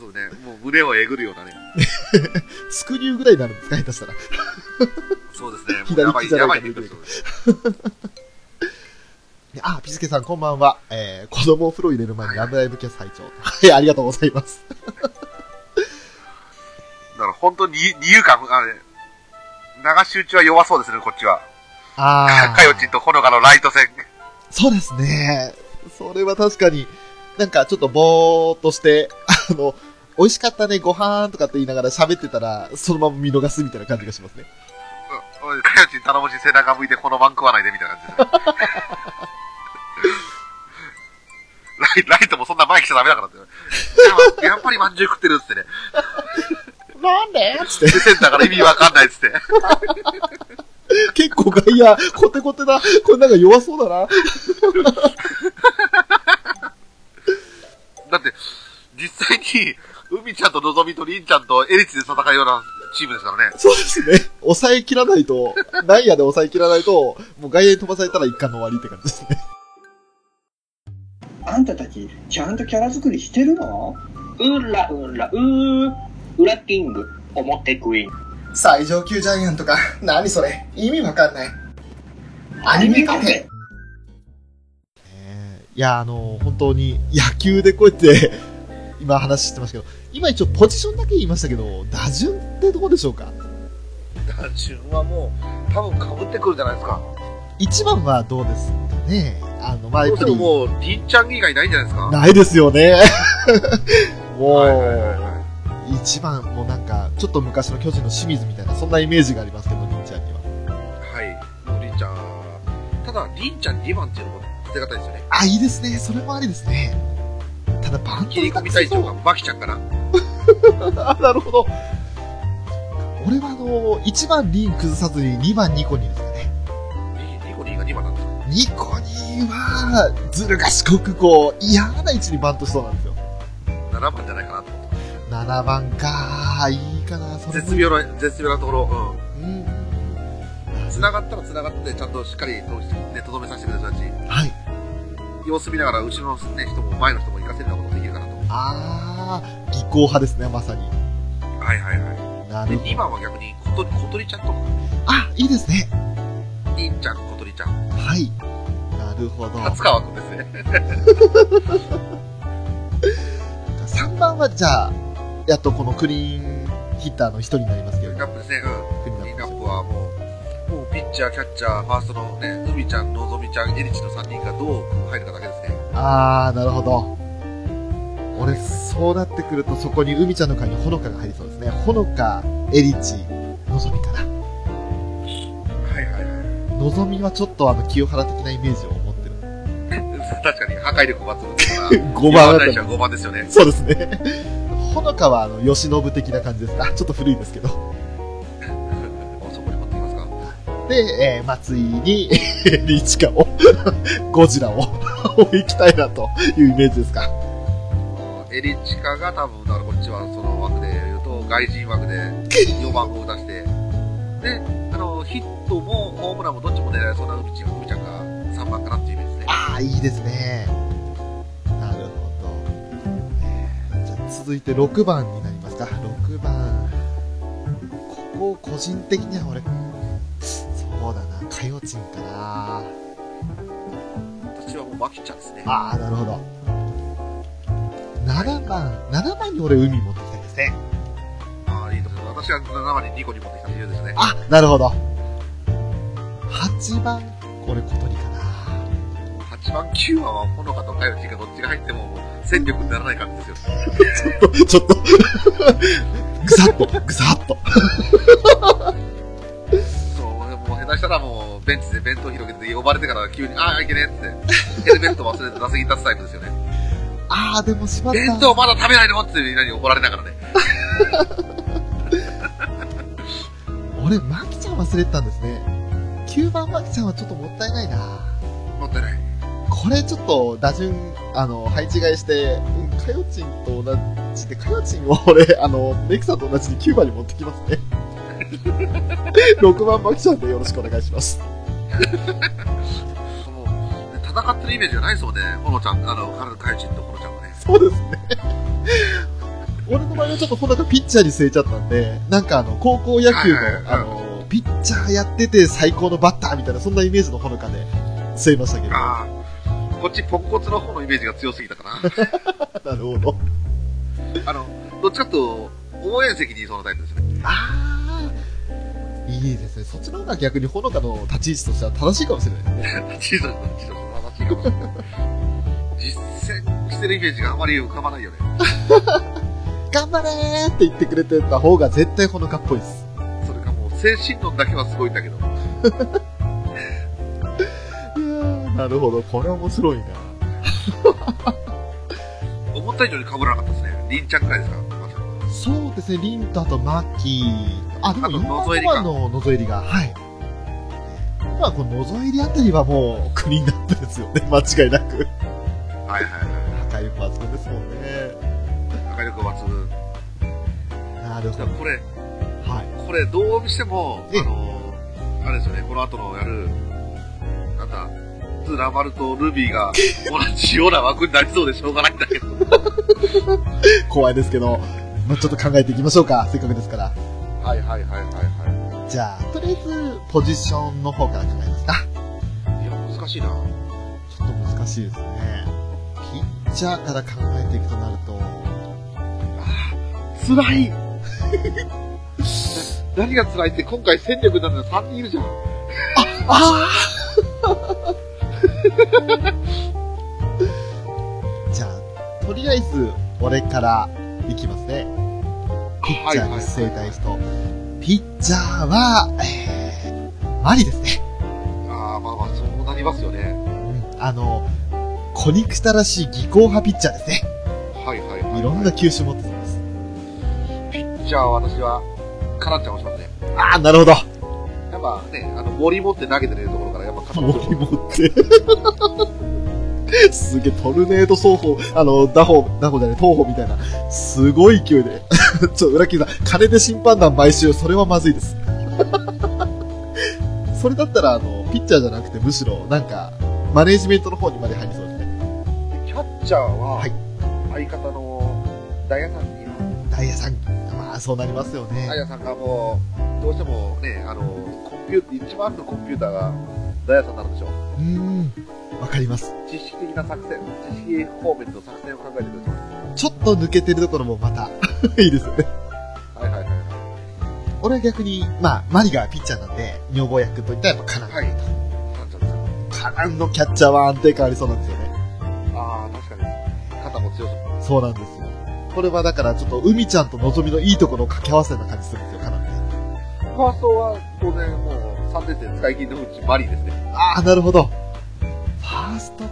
Speaker 3: そうね、もう胸をえぐるようなね。
Speaker 2: スクリューぐらいになるんですか下手したら。
Speaker 3: そうですね、もう
Speaker 2: 左
Speaker 3: や
Speaker 2: 利
Speaker 3: ば
Speaker 2: き
Speaker 3: い、
Speaker 2: じゃないか
Speaker 3: やば
Speaker 2: ら
Speaker 3: いね、そうです
Speaker 2: であ、ピスケさんこんばんは。えー、子供を風呂入れる前にラブライブキャス拝聴。はい、ありがとうございます。
Speaker 3: だから本当に二二遊間、あれ、流し打ちは弱そうですね、こっちは。
Speaker 2: あ
Speaker 3: かよちんとほのかのライト線。
Speaker 2: そうですね。それは確かに、なんかちょっとぼーっとして、あの、美味しかったね、ご飯とかって言いながら喋ってたら、そのまま見逃すみたいな感じがしますね。
Speaker 3: うんおいかよちん頼もしい背中向いてこの番食わないでみたいな感じでライライトもそんな前来ちゃダメだからって。でもやっぱりまんじゅう食ってるっつってね。
Speaker 2: なんでつっ
Speaker 3: で、センターから意味わかんないっつって。
Speaker 2: て。結構外野、コテコテだ。これなんか弱そうだな。
Speaker 3: だって、実際に、海ちゃんとのぞみとりんちゃんとエリツで戦うようなチームですからね。
Speaker 2: そうですね。抑えきらないと、内野で抑えきらないと、もう外野に飛ばされたら一巻の終わりって感じですね。
Speaker 4: あんたたち、ちゃんとキャラ作りしてるの
Speaker 5: うらうらうー、ウラキング、表クイーン。
Speaker 6: 最上級ジャイアントか何それ意味わかんないアニメカフェ
Speaker 2: いや、あの、本当に野球でこうやって、今話してましたけど、今一応ポジションだけ言いましたけど、打順ってどこでしょうか
Speaker 3: 打順はもう、多分かぶってくるじゃないですか。
Speaker 2: 一番はどうですかねあの、まあ、や
Speaker 3: ど
Speaker 2: っぱ
Speaker 3: うする
Speaker 2: り、
Speaker 3: もう、りんちゃん以外ないんじゃないですか
Speaker 2: ないです
Speaker 6: (laughs)
Speaker 2: よね。も、
Speaker 3: はいはいはいうは
Speaker 2: 一番もうなんか、ちょっと昔の巨人の清水みたいな、そんなイメージがありますけど、りんちゃんには。
Speaker 3: い。はい。もうりんちゃん。ただ、りんちゃん2番っていうのも立て方ですよね。
Speaker 2: あ、いいですね。それもありですね。ただ、バント
Speaker 3: 切り
Speaker 2: 下
Speaker 3: 込
Speaker 2: 手
Speaker 3: み
Speaker 2: くそ
Speaker 3: 隊長がマキちゃんかな。
Speaker 2: あ、 (laughs) なるほど。俺はあの、1番リン崩さずに2番ニコニーですかね。
Speaker 3: リリコリーが2番なんですよ。
Speaker 2: ニコニーは、ずる賢くこう、嫌な位置にバントしそうなんですよ。
Speaker 3: 7番じゃないかなと思って。
Speaker 2: 7番かいいかな、それも
Speaker 3: 絶妙な、絶妙なところ。
Speaker 2: うん。
Speaker 3: うん。繋がったら繋がって、ちゃんとしっかりと、ね、とどめさせてくれたし、
Speaker 2: はい。
Speaker 3: 様子見ながら、後ろの、ね、人も前の人も行かせるようなことできるかなと思っ
Speaker 2: あー、技巧派ですね、まさに。
Speaker 3: て。はいはいは。
Speaker 2: ない
Speaker 3: で、
Speaker 2: るほ
Speaker 3: 2
Speaker 2: ど。
Speaker 3: 番は逆に、こと小鳥ちゃんとか、
Speaker 2: あ、いいですね。
Speaker 3: りんちゃん、小鳥ちゃん、
Speaker 2: はい。なるほど。
Speaker 3: 達川君ですね。
Speaker 2: 3番は、じゃあ、やっとこのクリーンヒッターの人になりますけ
Speaker 3: ク
Speaker 2: ど、
Speaker 3: リー
Speaker 2: ク
Speaker 3: ンナップで
Speaker 2: リ
Speaker 3: すね。
Speaker 2: ーン
Speaker 3: うん。クリーン
Speaker 2: ナ
Speaker 3: ナ
Speaker 2: ッ
Speaker 3: ッ
Speaker 2: プ
Speaker 3: プはもう、もうピッチャー、キャッチャー、ファーストのね、海ちゃん、のぞみちゃん、エリチの3人がどう入るかだけですね。
Speaker 2: あー、なるほど。俺、そうなってくると、そこに海ちゃんの会にほのかが入りそうですね。ほのか、エリチ、のぞみかな。
Speaker 3: はいはいはい。
Speaker 2: のぞみはちょっとあの、清原的なイメージを持ってる。
Speaker 3: (laughs) 確かに破壊力抜群です
Speaker 2: (laughs)
Speaker 3: から、
Speaker 2: 5
Speaker 3: 山
Speaker 2: 番
Speaker 3: 田
Speaker 2: あ
Speaker 3: 大
Speaker 2: た
Speaker 3: 使は5番ですよね。 (laughs)
Speaker 2: そうですね。 (laughs) ほのかは、あの、吉信的な感じです。あ、ちょっと古いですけど。
Speaker 3: あそこに持ってきますか。
Speaker 2: で、えー松井に、 (laughs) リチカを、 (laughs) ゴジラを (laughs) 追いきたいなというイメージですか。
Speaker 3: エリチカが多分、だからこっちはその枠で言うと、外人枠で4番を打たして、で、あの、ヒットもホームランもどっちも狙えそうな海ちゃん、海ちゃんが3番かなっていうイメージですね。
Speaker 2: ああ、いいですね。なるほど。えーじゃあ続いて6番になりますか。6番。ここ、個人的には俺、そうだな、かよちんかな。
Speaker 3: 私はもうマキちゃんですね。
Speaker 2: ああ、なるほど。7番、7番に俺、海持ってきたいですね。
Speaker 3: あーいいと思います私が7番にニコに持ってきた理由ですね。
Speaker 2: あ、なるほど。8番、これ、小鳥かな。
Speaker 3: 8番、9番はほのかとかよちがどっちが入っても戦力にならない感じですよ。
Speaker 2: (laughs) ちょっと、 (laughs) ぐさっと、ぐさっと。
Speaker 3: そう、もう下手したらもうベンチで弁当広げて呼ばれてから急に、ああ、いけねえって、ヘルメット忘れて打席に立つタイプですよね。
Speaker 2: ああ、でもしまった。
Speaker 3: 弁当まだ食べないのってみんなに怒られながらね。
Speaker 2: 俺、マキちゃん忘れてたんですね。9番マキちゃんはちょっともったいないな。
Speaker 3: 乗ってない。
Speaker 2: これちょっと打順、あの、配置換えして、うん、かよちんと同じで、かよちんを俺、あの、メクさんと同じに9番に持ってき (laughs) ますね。6番マキちゃんでよろしくお願いします。
Speaker 3: もう、ね戦ってるイメージがないそうで、ほのちゃん、あの、彼の怪人とほのちゃんがね。
Speaker 2: そうですね。俺の場合はちょっとほんとピッチャーに据えちゃったんで、なんかあの、高校野球
Speaker 3: はいはいはい
Speaker 2: の、あの、ピッチャーやってて最高のバッターみたいな、そんなイメージのほのかで、 (laughs) 据えましたけど。な
Speaker 3: ああ、こっちポンコツの方のイメージが強すぎたかな。
Speaker 2: るほど。
Speaker 3: あの、どっちかっていうと、応援席にいそうなタイプですよね。
Speaker 2: ああ、いいですね。そっちの方が逆にほのかの立ち位置としては正しいかもしれないですね。
Speaker 3: チーズのチーズの正しいかもしれない。実践してるイメージがあまり浮かばないよね。
Speaker 2: 頑張れーって言ってくれてた方が絶対ほのかっぽいです。
Speaker 3: それかもう、精神論だけはすごいんだけど。
Speaker 2: いやーなるほど。これは面白いな。
Speaker 3: 思った以上に被らなかったですね。りんちゃんくらいですか、まず
Speaker 2: そうですね。リンとあとマッキー。あ、でも
Speaker 3: あと
Speaker 2: 4番
Speaker 3: ノゾエ
Speaker 2: 5
Speaker 3: リか
Speaker 2: 番ののぞえりが。はい。まあ、こののぞえりあたりはもうクリーンナップですよね。 (laughs) 間違いなく。
Speaker 3: はいはいは
Speaker 2: 破壊力抜群ですもんね。
Speaker 3: い。破壊力抜群。
Speaker 2: なる
Speaker 3: だ
Speaker 2: ほ
Speaker 3: か
Speaker 2: ど
Speaker 3: ら。これ、
Speaker 2: はい。
Speaker 3: これどうしても、
Speaker 2: ええ
Speaker 3: あの、あれですよね、この後のやる、なんだ、ズラマルとルビーが同じような枠になりそうでしょうがないんだけど、
Speaker 2: 怖いですけど、まあ、ちょっと考えていきましょうか。せっかくですから。
Speaker 3: はいはいはいはいは
Speaker 2: じゃあ、とりあえず、ポジションの方から考えますか。
Speaker 3: い。いや、難しいな。
Speaker 2: ちょっと難しいですね。ピッチャーから考えていくとなると、
Speaker 3: あ辛いな (laughs) 何が辛いって今回戦力になるの3人いるじゃん。
Speaker 2: じゃあ、とりあえず、俺からいきますね。ピッチャーに正対人。ピッチャーは、えー、マリですね。
Speaker 3: ああ、まあまあ、そうなりますよね。
Speaker 2: うんあの、小憎たらしい技巧派ピッチャーですね。
Speaker 3: はいはいはい。
Speaker 2: いろんな球種持ってます。
Speaker 3: じゃあ私は、かなちゃんをしますね。
Speaker 2: ああ、なるほど。
Speaker 3: やっぱね、あの、森持って投げてるところから、やっぱかなちゃん
Speaker 2: 森持って。 (laughs) すげえ、トルネード走法、あの、打法、打法じゃない、投法みたいな、すごい勢いで。 (laughs) ちょ、裏切りさん、金で審判団買収、それはまずいです。 (laughs) それだったら、あの、ピッチャーじゃなくて、むしろ、なんか、マネージメントの方にまで入りそうですね。
Speaker 3: キャッチャーは、
Speaker 2: はい
Speaker 3: 相方のダイヤさんに、
Speaker 2: ダイヤさん、まあ、そうなりますよね
Speaker 3: ダイ。ヤさんがもう、どうしてもね、あの、コンピューター、一番のコンピューターがダイヤさんになるでしょ
Speaker 2: うーん、わかります。
Speaker 3: 知識的な作戦、知識方面の作戦を考えてくれてます。
Speaker 2: ちょっと抜けてるところもまた、 (laughs) いいですよね。
Speaker 3: はいはいはい。
Speaker 2: 俺は逆に、まあ、マリがピッチャーなんで、女房役といったらやっぱカナン。
Speaker 3: はい。かなちゃんですよ
Speaker 2: カナンのキャッチャーは安定感ありそうなんですよね。
Speaker 3: ああ、確かに。肩も強そう。
Speaker 2: そうなんですよ。これはだからちょっと、海ちゃんとのぞみのいいところを掛け合わせた感じするんですよ、カナンね。
Speaker 3: ファーストは、当然もう、3年生使い切りのうちマリーですね。
Speaker 2: ああ、なるほど。ファーストか、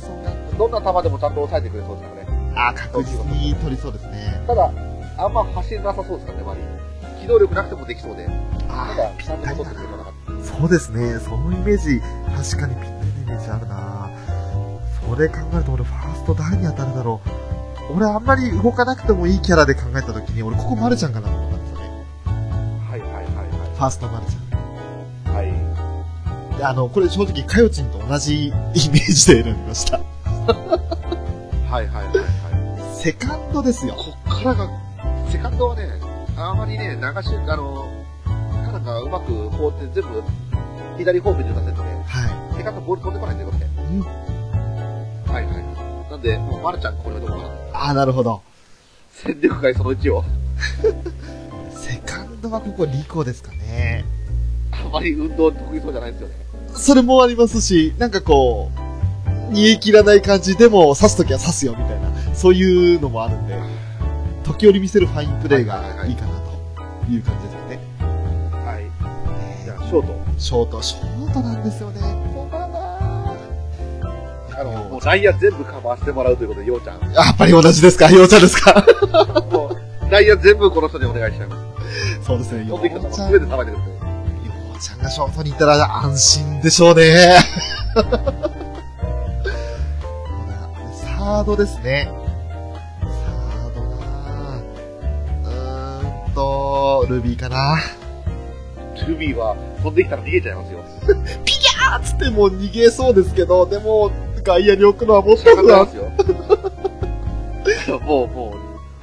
Speaker 2: そうなんだ。
Speaker 3: どんな球でもちゃんと抑えてくれそうですからね。
Speaker 2: ああ、確実に取りそうですね。
Speaker 3: ただ、あんま走りなさそうですからね、マリー。機動力なくてもできそうで。ただ
Speaker 2: あ、
Speaker 3: ちゃんと戻ってくれなかっ
Speaker 2: あ、
Speaker 3: た。
Speaker 2: そうですね。そのイメージ、確かにぴったりのイメージあるな。それ考えると俺、ファースト誰に当たるだろう。俺、あんまり動かなくてもいいキャラで考えたときに、俺、ここマルちゃんかなと思ったんですよね。
Speaker 3: はいはいはい
Speaker 2: ファーストマルち
Speaker 3: はい。はい。
Speaker 2: ゃん。であの、これ正直、かよちんと同じイメージで選びました。
Speaker 3: はいはいはいはい。
Speaker 2: セカンドですよ。
Speaker 3: こっからが、セカンドはね、あまりね、流し、あの、カナがうまく放って全部、左方面に打たせるとね、
Speaker 2: は
Speaker 3: セカンドボール飛んでこないんだよ、これ。
Speaker 2: ん。。
Speaker 3: はいはい。なんで、もう、まるちゃん、これでどうかない
Speaker 2: ああ、なるほど。
Speaker 3: 戦力外その1を、
Speaker 2: セカンドはここ、リコですかね。
Speaker 3: あまり運動得意そうじゃないですよね。
Speaker 2: それもありますし、なんかこう、煮え切らない感じでも、刺すときは刺すよ、みたいな。そういうのもあるんで、時折見せるファインプレーがいいかな、という感じですよね。
Speaker 3: はい。じ
Speaker 2: え
Speaker 3: ゃあ、ショート。
Speaker 2: ーショート、ショートなんですよね。ここかな
Speaker 3: あの、もう、ダイヤ全部カバーしてもらうということで、ようちゃん。
Speaker 2: あやっぱり同じですかようちゃんですか
Speaker 3: もう、ダイヤ全部この人にお願いしちゃいます。
Speaker 2: そうですね、よ
Speaker 3: 飛ん
Speaker 2: う
Speaker 3: できた球
Speaker 2: ちゃん。
Speaker 3: 全て食べてください。
Speaker 2: ようちゃんがショートにいたら安心でしょうね。 (laughs) ほらサードですね。サードなぁうーんと、ルビーかな
Speaker 3: ルビーは飛んできたら逃げちゃいますよ。
Speaker 2: あつってもう逃げそうですけど、でも、外野に置くのはもっ
Speaker 3: 仕
Speaker 2: と
Speaker 3: 方
Speaker 2: 不
Speaker 3: ない
Speaker 2: 安。
Speaker 3: ですよ。もう、も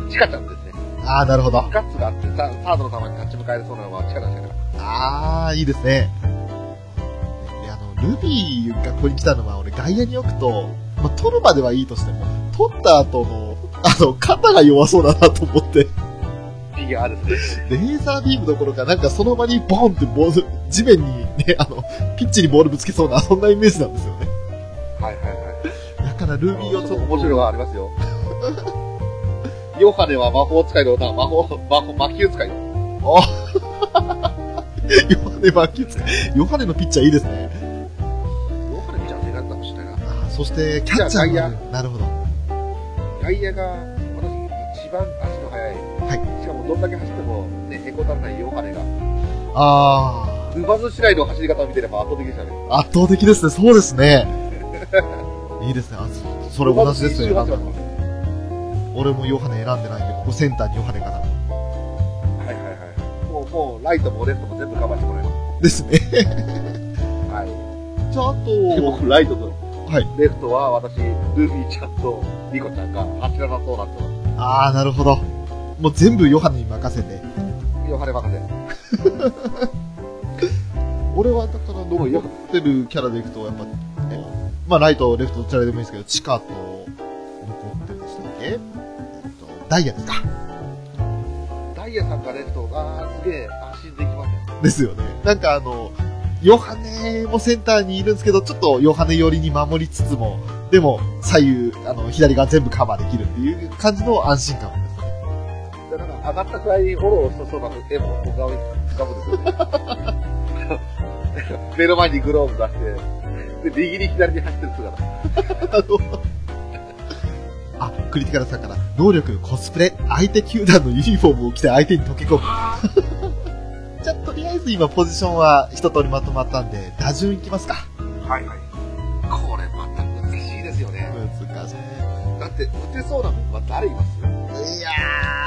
Speaker 3: う、チカちゃんですね。
Speaker 2: ああ、なるほど。
Speaker 3: ガッツがあって、ササードの球に立ち向かえるそうなのはチカちゃんですか
Speaker 2: ああ、いいですね。であの、ルビーがここに来たのは、俺外野に置くと、まあ、取るまではいいとしても、取った後の、あの、肩が弱そうだなと思って。
Speaker 3: ら。フィギュアですね。
Speaker 2: レーザービームどころか、なんかその場にボンってボール、地面にね、あの、ピッチにボールぶつけそうな、そんなイメージなんですよね。
Speaker 3: はいはいはい。
Speaker 2: だからルービ
Speaker 3: フィ
Speaker 2: ー
Speaker 3: ギ
Speaker 2: をち
Speaker 3: ュア
Speaker 2: ょっ
Speaker 3: ち
Speaker 2: と
Speaker 3: ょっと面白いのがありますよ。ヨハネは魔法使いの歌、魔法、魔法、魔球使いの。
Speaker 2: ヨハネバッキー使い。ヨハネのピッチャーいいですね。
Speaker 3: ヨハネ見ちゃってなったかもしれないな。
Speaker 2: あーそして、キャッチャー
Speaker 3: じゃあ
Speaker 2: もなるほど。
Speaker 3: 外野が、私、一番足の速い。
Speaker 2: は
Speaker 3: しかも、どんだけ走っても、ね、へこたれないヨハネが、
Speaker 2: あ
Speaker 3: ウバズ市内の走り方を見てれば圧倒的でしたね。
Speaker 2: あ、圧倒的ですね。そうですね。いいですね。あそそれ同じですよ。選んだの俺もヨハネ選んでないんで、ここセンターにヨハネかな。
Speaker 3: はいはいはい。もう、もう、ライトもレフトも全部カバーしてもらいま
Speaker 2: ですね。
Speaker 3: す。はい。
Speaker 2: じゃあ、あ
Speaker 3: で、
Speaker 2: と、
Speaker 3: 僕、ライトと
Speaker 2: はい。
Speaker 3: レフトは、私、ルビーちゃんとリコちゃんが柱のそうなってま
Speaker 2: ああ、なるほど。もう全部ヨハネに任せて。
Speaker 3: す。ヨハネ任せ。
Speaker 2: 俺はだからどうやってるキャラでいくとやっぱ、ね、まあライトレフトどちらでもいいですけど地下と残ってましたっけ、えっと、ダイヤですか
Speaker 3: リアさんからやると、あー、すげえ、安心できますね。
Speaker 2: ですよね。なんかあの、ヨハネもセンターにいるんですけど、ちょっとヨハネ寄りに守りつつも、でも左右、あの、左側全部カバーできるっていう感じの安心感もですね。
Speaker 3: だから、上がったくらいにフォローしそうな絵も、小顔に浮かぶんですよね。 (laughs) 目の前にグローブ出して、で、右に左に走ってる姿。
Speaker 2: あのあ、クリティカルさんから、能力、コスプレ、相手球団のユニフォームを着て相手に溶け込む。 (laughs) じゃあ、とりあえず今ポジションは一通りまとまったんで、打順いきますか。
Speaker 3: はいはい。これまた難しいですよね。
Speaker 2: 難しい。
Speaker 3: だって、打てそうなのは誰います
Speaker 2: いや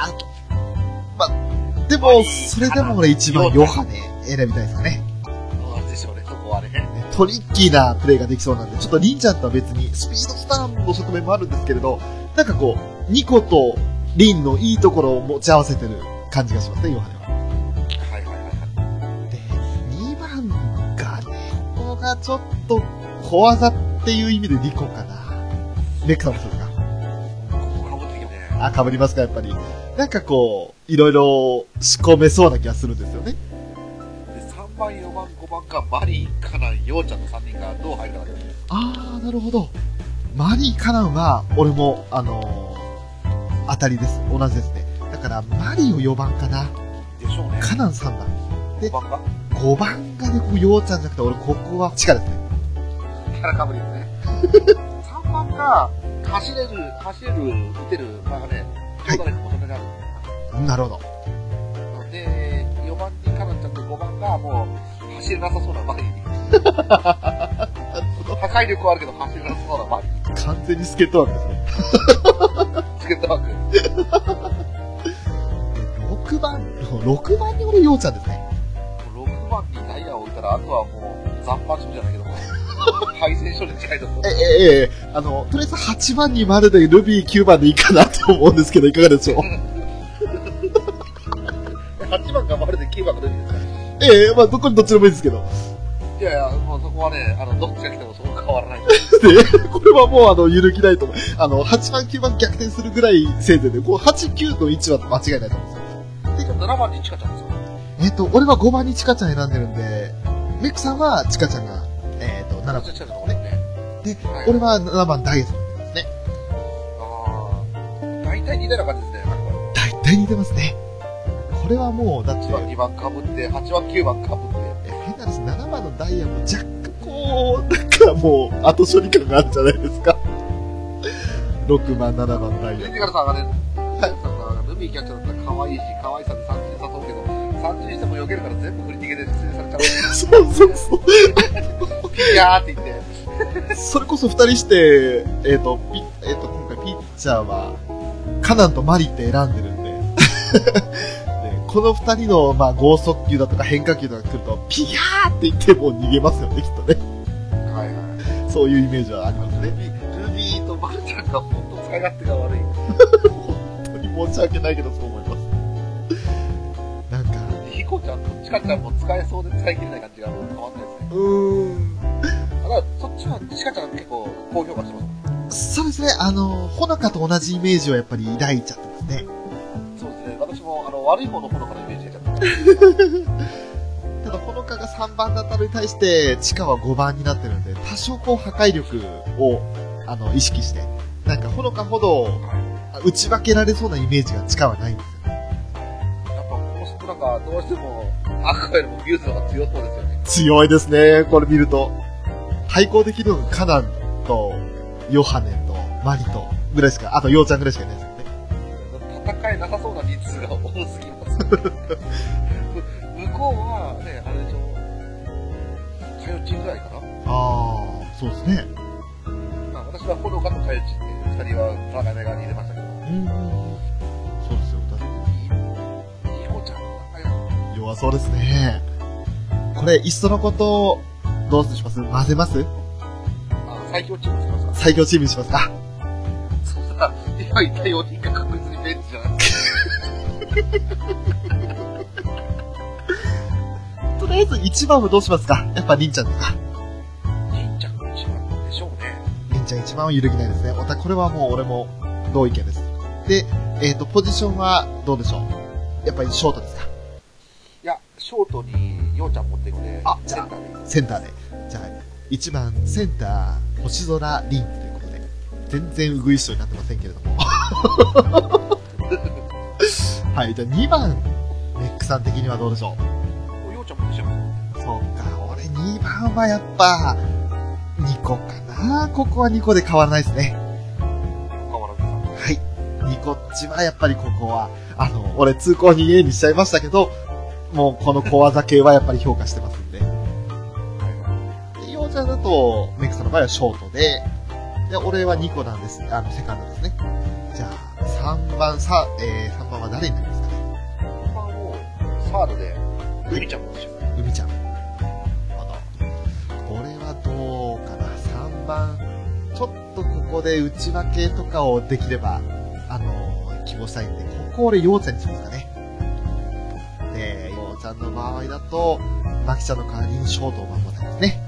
Speaker 2: ー、まあ、でも、それでも俺一番ヨハネ選びたいですかね。
Speaker 3: どうでしょうね、そこはね。
Speaker 2: トリッキーなプレーができそうなんで、ちょっとリンちゃんとは別に、スピードスターの側面もあるんですけれど、なんかこう、ニコとリンのいいところを持ち合わせてる感じがしますね、ヨハネは。
Speaker 3: はいはいはい。
Speaker 2: で、2番がね、ここがちょっと小技っていう意味でニコかな。レックさんもそうですか
Speaker 3: ここが持ってきてね。
Speaker 2: あ、被りますか、やっぱり。なんかこう、いろいろ仕込めそうな気がするんですよね。
Speaker 3: で3番、4番、5番がマリー、カナン、ヨウちゃんの3人がどう入るかだけです
Speaker 2: あー、なるほど。マリー・カナンは、俺も、あのー当たりです。同じですね。だから、マリーを4番かな。
Speaker 3: でしょうね。
Speaker 2: カナン3番。
Speaker 3: 5番が
Speaker 2: 5番がね、こう、ようちゃんじゃなくて、俺、ここは、チカですね。
Speaker 3: 腹かぶり
Speaker 2: (laughs)
Speaker 3: ですね。3番が走れる、走れる、打てる、まあね、
Speaker 2: はい
Speaker 3: どうなるかもそれがある
Speaker 2: なるほど。
Speaker 3: ので、4番にカナンちゃんと5番がもう走れなさそうなマリ
Speaker 2: (laughs)
Speaker 3: ー。破壊力はあるけど走れなさそうなマリー。
Speaker 2: 完全にスケートワークですね。
Speaker 3: つけたわけ。
Speaker 2: 6番、6番に俺、ようちゃんですね。
Speaker 3: 6番にダイヤを置いたら、あとはもう、残飯処理じゃないけど
Speaker 2: (laughs)
Speaker 3: も、配線処理に近いと思う
Speaker 2: え、。え、ええ、あの、とりあえず8番にまでで、ルビー9番でいいかなと思うんですけど、いかがでしょう
Speaker 3: 8番がまるで9番が出てるんですか
Speaker 2: ええ、まあ、どこにどっちでもいいですけど。
Speaker 3: いやいや、もうそこはね、あの、どっちが来てもそこは変わらない。
Speaker 2: で、これはもうあの、揺るぎないと思う。あの、8番、9番逆転するぐらいせいぜいで、こう、8、9と1は間違いないと思うんですよ。
Speaker 3: 7番にチカちゃんですよ。
Speaker 2: えっ、と、俺は5番にチカちゃん選んでるんで、メックさんはチカちゃんが、えっ、と、7
Speaker 3: あ、
Speaker 2: 番
Speaker 3: チカちゃんの方ね。
Speaker 2: で
Speaker 3: は、い
Speaker 2: 俺は7番ダイエットですね。
Speaker 3: ああ、大体似たような感じですね。
Speaker 2: 大体似てますね。これはもう、だって、
Speaker 3: 1番、2番かぶって、8番、9番かぶって。
Speaker 2: え変な話、7番のダイヤも若干こう、なんかもう、後処理感があるじゃないですか。6番、7番ダイ
Speaker 3: ク
Speaker 2: ヤ
Speaker 3: リティ。カルさんがね、クリティカルさんがルビーキャッチャーだったら可愛いし、可愛さで三振誘うけど、三振しても避けるから全部振り逃げで出演さ (laughs) れちゃ
Speaker 2: そうそうそう。
Speaker 3: う。ピヤーって言って。
Speaker 2: それこそ二人して、えっ、と、ピえっ、と、今回ピッチャーは、カナンとマリって選んでるんで、 (laughs) ねこの二人の、まあ、剛速球だとか変化球とか来ると、ピヤーって言ってもう逃げますよね、きっとね。
Speaker 3: はいはい。
Speaker 2: そういうイメージはありますね。
Speaker 3: ルビー、ルビーとマルちゃんが本当使い勝手が悪い。
Speaker 2: 本当に申し訳ないけど、そう思います。なんか、
Speaker 3: ヒコちゃんとチカちゃんも使えそうで使い切れない感じがもう変わんないですね。
Speaker 2: うーん。
Speaker 3: ただ、そっちはチカちゃん結構高評価してま
Speaker 2: そうですね、あの、ほのかと同じイメージをやっぱり抱いちゃってますね。
Speaker 3: す。そうですね。私も、あの、悪い方のほのかのイメージがちゃった。
Speaker 2: ただ、ほのかが3番だったのに対して、チカは5番になってるんで、多少こう破壊力を、あの、意識して、なんかほのかほど、あ打ち分けられそうなイメージがチカはないんですよね。
Speaker 3: やっぱ、この人なんか、どうしても、アクアよりもビューズの方が強そうですよね。
Speaker 2: 強いですね、これ見ると。対抗できるのがカナンと、ヨハネと、マリと、ぐらいしか、あとヨウちゃんぐらいしかいないですよね。
Speaker 3: 戦えなさそうな人数が多すぎます。向こうは、ね、あれでしょ、かよちんぐらいかな。
Speaker 2: あー、そうですね。
Speaker 3: まあ、私はほのかとかよちんっていう二人は戦い目側に入れましたけど、
Speaker 2: うん。そうですよ、だって
Speaker 3: ヒコちゃんは、あれ
Speaker 2: 弱そうですね。これ、いっそのこと、どうします混ぜます
Speaker 3: あの最強チーム作りますか
Speaker 2: 最強チームにしますか
Speaker 3: そしたら、今言った4人が確実にベンチじゃないです
Speaker 2: とりあえず1番はどうしますかやっぱりんちゃんですか
Speaker 3: か。忍者の一番でしょうね。
Speaker 2: りんちゃん1番は揺るぎないですね。またこれはもう俺も同意見です。で、えっ、と、ポジションはどうでしょうやっぱりショートですか
Speaker 3: いや、ショートにようちゃん持ってきて、
Speaker 2: あじゃあ
Speaker 3: センターに
Speaker 2: センターで。じゃあ、1番センター、星空凛ということで、全然うぐいすよになってませんけれども。 (laughs) はい、じゃあ2番、メックさん的にはどうでしょう
Speaker 3: おようちゃん持ってきちゃいま
Speaker 2: そ
Speaker 3: し
Speaker 2: うか、俺2番はやっぱ、2個かな。ここは2個で変わらないですね。
Speaker 3: た。横川さん。
Speaker 2: はい。ニコッチはやっぱりここは、あの、俺通行人 A にしちゃいましたけど、もうこの小技系はやっぱり評価してますんで。で、ヨウちゃんだと、メイクさんの場合はショートで、で、俺は2個なんです。あの、セカンドですね。じゃあ、3番、さ、えー、3番は誰になりますかね。
Speaker 3: 本番をサードで、ゆみちゃん持ってきちゃいま
Speaker 2: 海ちゃん。あの、俺はどうかな。3番、ちょっとここで内訳とかをできれば、あの、希望したいんで、ここ俺、ようちゃんにしますかね。で、ようちゃんの場合だと、まきちゃんの代わりにショートを守ったんですね。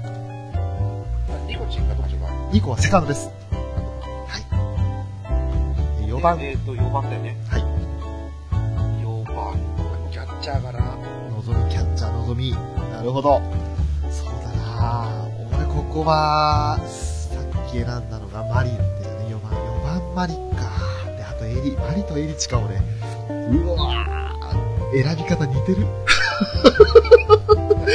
Speaker 3: す。ニコチンかどっちか。
Speaker 2: 2個はセカンドです。はい。4番、
Speaker 3: えっと、4番だよね。
Speaker 2: はい
Speaker 3: 4番、キャッチャーかな。
Speaker 2: のぞみ、キャッチャーのぞみ。なるほど。そうだな俺ここは、さっき選んだのがマリンだよね。4番、4番マリか。で、あとエリ、マリとエリチか俺。うわぁ選び方似てる。 (laughs) 似て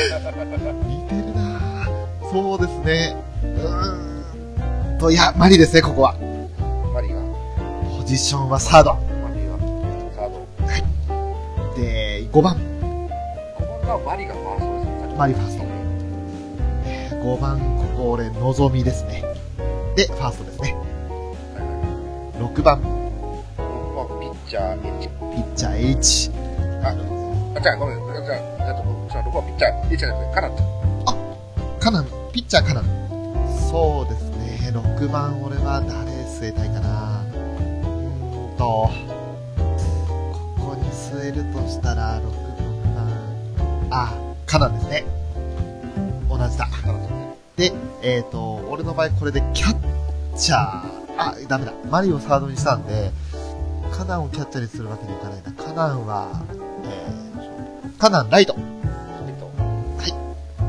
Speaker 2: るなそうですね。うーん。と、いや、マリですね、ここは。
Speaker 3: マリが、
Speaker 2: ポジションはサード。
Speaker 3: マリが、サード。
Speaker 2: で、5番、
Speaker 3: ここがマリがファーストですね。
Speaker 2: マリファースト。えー5番、ここ俺、のぞみですね。で、ファーストですね。
Speaker 3: はいはい
Speaker 2: 6番、
Speaker 3: まあ、ピッチャー、エッチ。
Speaker 2: ピッチャー H。
Speaker 3: あ、じゃあ、ごめん、じゃあ、じゃあ、ちょっと、じゃあ、僕はピッチャー、エッチャーじゃなくて、カナット。
Speaker 2: カナン、ピッチャーカナン。そうですね、6番俺は誰据えたいかな。うーんと、ここに据えるとしたら、6、6番、あ、カナンですね。同じだ。
Speaker 3: カナットね。
Speaker 2: で、えっ、と、俺の場合これでキャッチャー。あ、ダメだ。マリをサードにしたんで、カナンをキャッチャーにするわけにいかないな。カナンは、えー、カナンライト。
Speaker 3: えっと、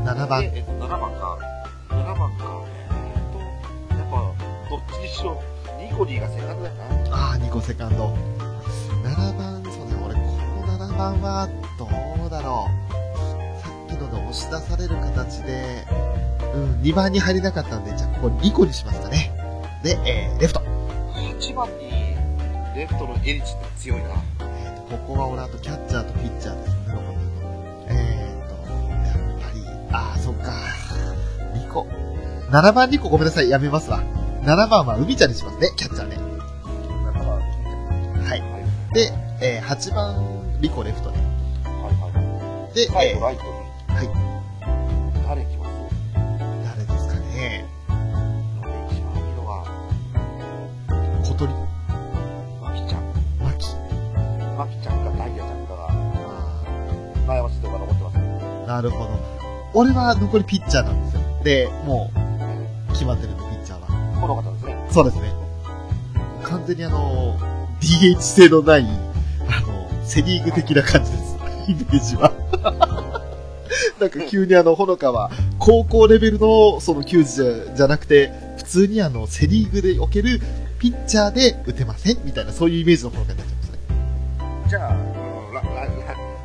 Speaker 2: 7番。
Speaker 3: でえっと、7番か。7番か。えっと、やっぱ、どっちにしろ、ニコリーがセカンドだよな。
Speaker 2: ああ、2個セカンド。7番、そうね、俺、この7番は、どうだろう。さっきので押し出される形で、うん、2番に入れなかったんで、じゃあ、ここ2個にしますかね。で、えー、レフト。
Speaker 3: 8番に、レフトのエリチって強いな。
Speaker 2: えーと、ここは俺、あとキャッチャーとピッチャーですね、残ってるの。えーと、やっぱり、あー、そっか。2個。7番2個ごめんなさい、やめますわ。7番は海ちゃんにしますね、キャッチャーね。
Speaker 3: だから、はい。
Speaker 2: はい。
Speaker 3: はい
Speaker 2: で、えー、8番、リコレフトね。
Speaker 3: は
Speaker 2: で、
Speaker 3: い。最
Speaker 2: えー
Speaker 3: 後、ライトに。
Speaker 2: はい。
Speaker 3: 誰行きます
Speaker 2: 誰ですかね。
Speaker 3: 誰一番いいのは、
Speaker 2: 小鳥、
Speaker 3: マキちゃん。
Speaker 2: マキ。
Speaker 3: マキちゃんかダイヤちゃんかが、
Speaker 2: あ
Speaker 3: 悩ましいところが残ってますね。
Speaker 2: ーなるほど。俺は残りピッチャーなんですよ。で、もう、決まってるんで、ピッチャーは。
Speaker 3: この方ですね。
Speaker 2: そうですね。完全にあの、DH 性のない、あの、セリーグ的な感じです。 (laughs) イメージは。なんか急にあの、ほのかは、高校レベルのその球児じゃじゃなくて、普通にあの、セリーグでおけるピッチャーで打てませんみたいな、そういうイメージのほのかになっちゃいますね。
Speaker 3: じゃあ、うんララライ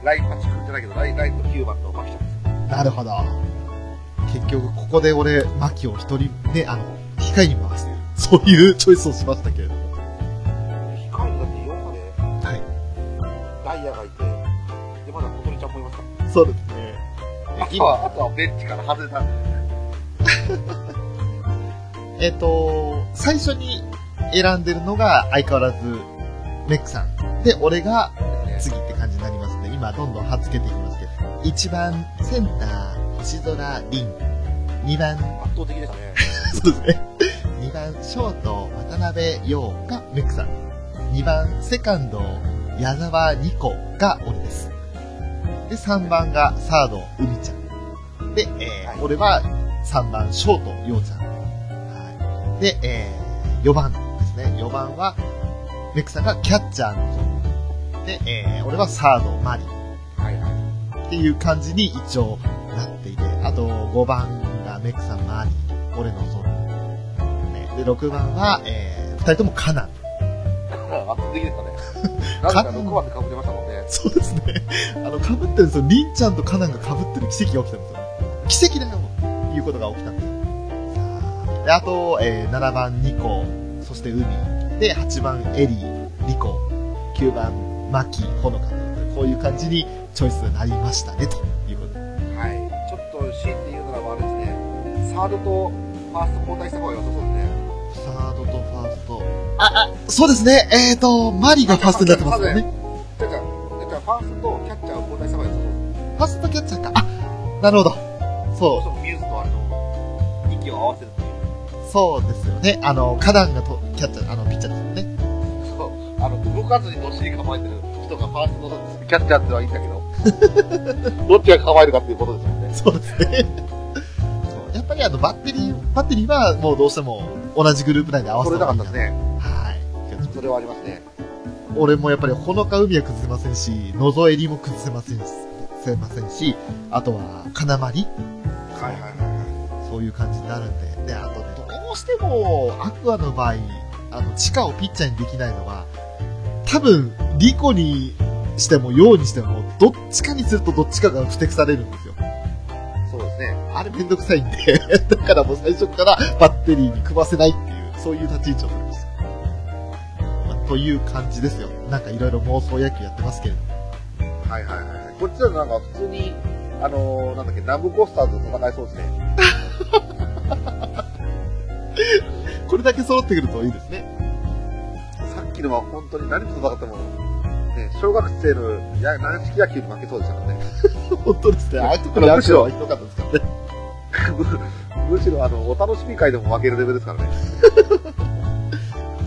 Speaker 3: ライパチ君じゃないけど、ライライト9番のマキちゃんです。
Speaker 2: なるほど。結局、ここで俺、マキを一人、ね、あの、控えに回す。そういうチョイスをしましたけれども。
Speaker 3: 控えにだって4まで、
Speaker 2: はい。
Speaker 3: ダイヤがいて、で、まだ小鳥ちゃんもいますか
Speaker 2: そうですね。
Speaker 3: ら。今、あとはベンチから外れた。
Speaker 2: えっ、と、最初に選んでるのが相変わらず、メックさん。で、俺が次って感じになりますね。今、どんどんはっつけていきますけど。1番、センター、星空、凛。2番、
Speaker 3: 圧倒的でしたね。
Speaker 2: そうですね。2番、 (laughs) ショート、渡辺陽がメックさん。2番、セカンド、矢沢ニコが俺です。で、3番がサード、海ちゃん。で、えー
Speaker 3: はい
Speaker 2: 俺は3番、ショート、陽ちゃん。はい。で、え4番ですね。4番は、メックさんがキャッチャーのゾで、えー俺はサード、マリ
Speaker 3: はいはい。
Speaker 2: っていう感じに一応なっていて、あと5番がメックさん、マリ俺のゾロ、ね。で、6番は、えー、2人ともカナン。 (laughs)
Speaker 3: 圧倒的で (laughs) したね。なぜか6番でかぶれましたもんね。
Speaker 2: そうですね。あの、被ってるんですよ。リンちゃんとカナンが被ってる奇跡が起きたんですよ。奇跡だよっていうことが起きたんですよ。さあで、あと、えー7番ニコ、そして海。で、8番エリー、リコ。9番マキ、ほのか。こういう感じにチョイスになりましたね、ということで。
Speaker 3: はい。ちょっとシーンで言うならばあれですね、サードとファースト交代した方が良さそうですね。
Speaker 2: サードとファースト。あ、あ、そうですね。えーと、マリがファーストになってますよね。
Speaker 3: じゃあじゃあじゃあファーストとキャッチャーを交代した方が良さそうですね。
Speaker 2: ファーストキャッチャーか。あ、なるほど。そう。
Speaker 3: そのミューズとあれの息を合わせるという。
Speaker 2: そうですよね。あの、花壇がとキャッチャー、あの、ピッチャーですよね。 (laughs)
Speaker 3: そう、あの、動かずにどっしり構えてる人がファーストとキャッチャーってはいいんだけど、 (laughs) どっちが構えるかっていうことです
Speaker 2: そ
Speaker 3: よね。
Speaker 2: うですね。そうやっぱりあの、バッテリー、バッテリーはもうどうしても同じグループ内で合わせ
Speaker 3: 取れなかった
Speaker 2: 方
Speaker 3: です
Speaker 2: がいい
Speaker 3: ね。
Speaker 2: なはい。
Speaker 3: それはありますね。
Speaker 2: 俺もやっぱり、ほのか海は崩せませんし、のぞえりも崩せませんし、せませんし、あとは、金まり
Speaker 3: はいはいは
Speaker 2: そういう感じになるんで。で、あと、どうしても、アクアの場合、あの、地下をピッチャーにできないのは、多分、リコにしても、ヨウにしても、どっちかにするとどっちかが不適されるんですよ。
Speaker 3: い。そうですね。
Speaker 2: あれめんどくさいんで、 (laughs) だからもう最初からバッテリーに組ませないっていう、そういう立ち位置を取りました。まあという感じですよ。なんかいろいろ妄想野球やってますけれども。
Speaker 3: はいはいはい。こっちだとなんか普通に、あのー、なんだっけ、ナムコスターズと戦いそうですね。
Speaker 2: これだけ揃ってくるといいですね。
Speaker 3: さっきのは本当に何と戦っても、ね、小学生のや軟式野球に負けそうでしたからね。
Speaker 2: 本当ですね。ああいうところ
Speaker 3: いやむしろ
Speaker 2: はひどかったですからね。
Speaker 3: (laughs) むしろあの、お楽しみ会でも負けるレベルですからね。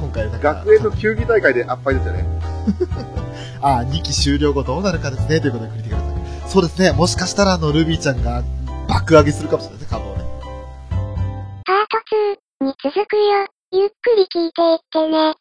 Speaker 2: 今回だから
Speaker 3: 学園の球技大会で圧敗ですよね。
Speaker 2: ああ、2期終了後どうなるかですね、ということでクリティカルさん。そうですね、もしかしたらあの、ルビーちゃんが爆上げするかもしれないですね、株をね。
Speaker 1: パート2に続くよ。ゆっくり聞いていってね。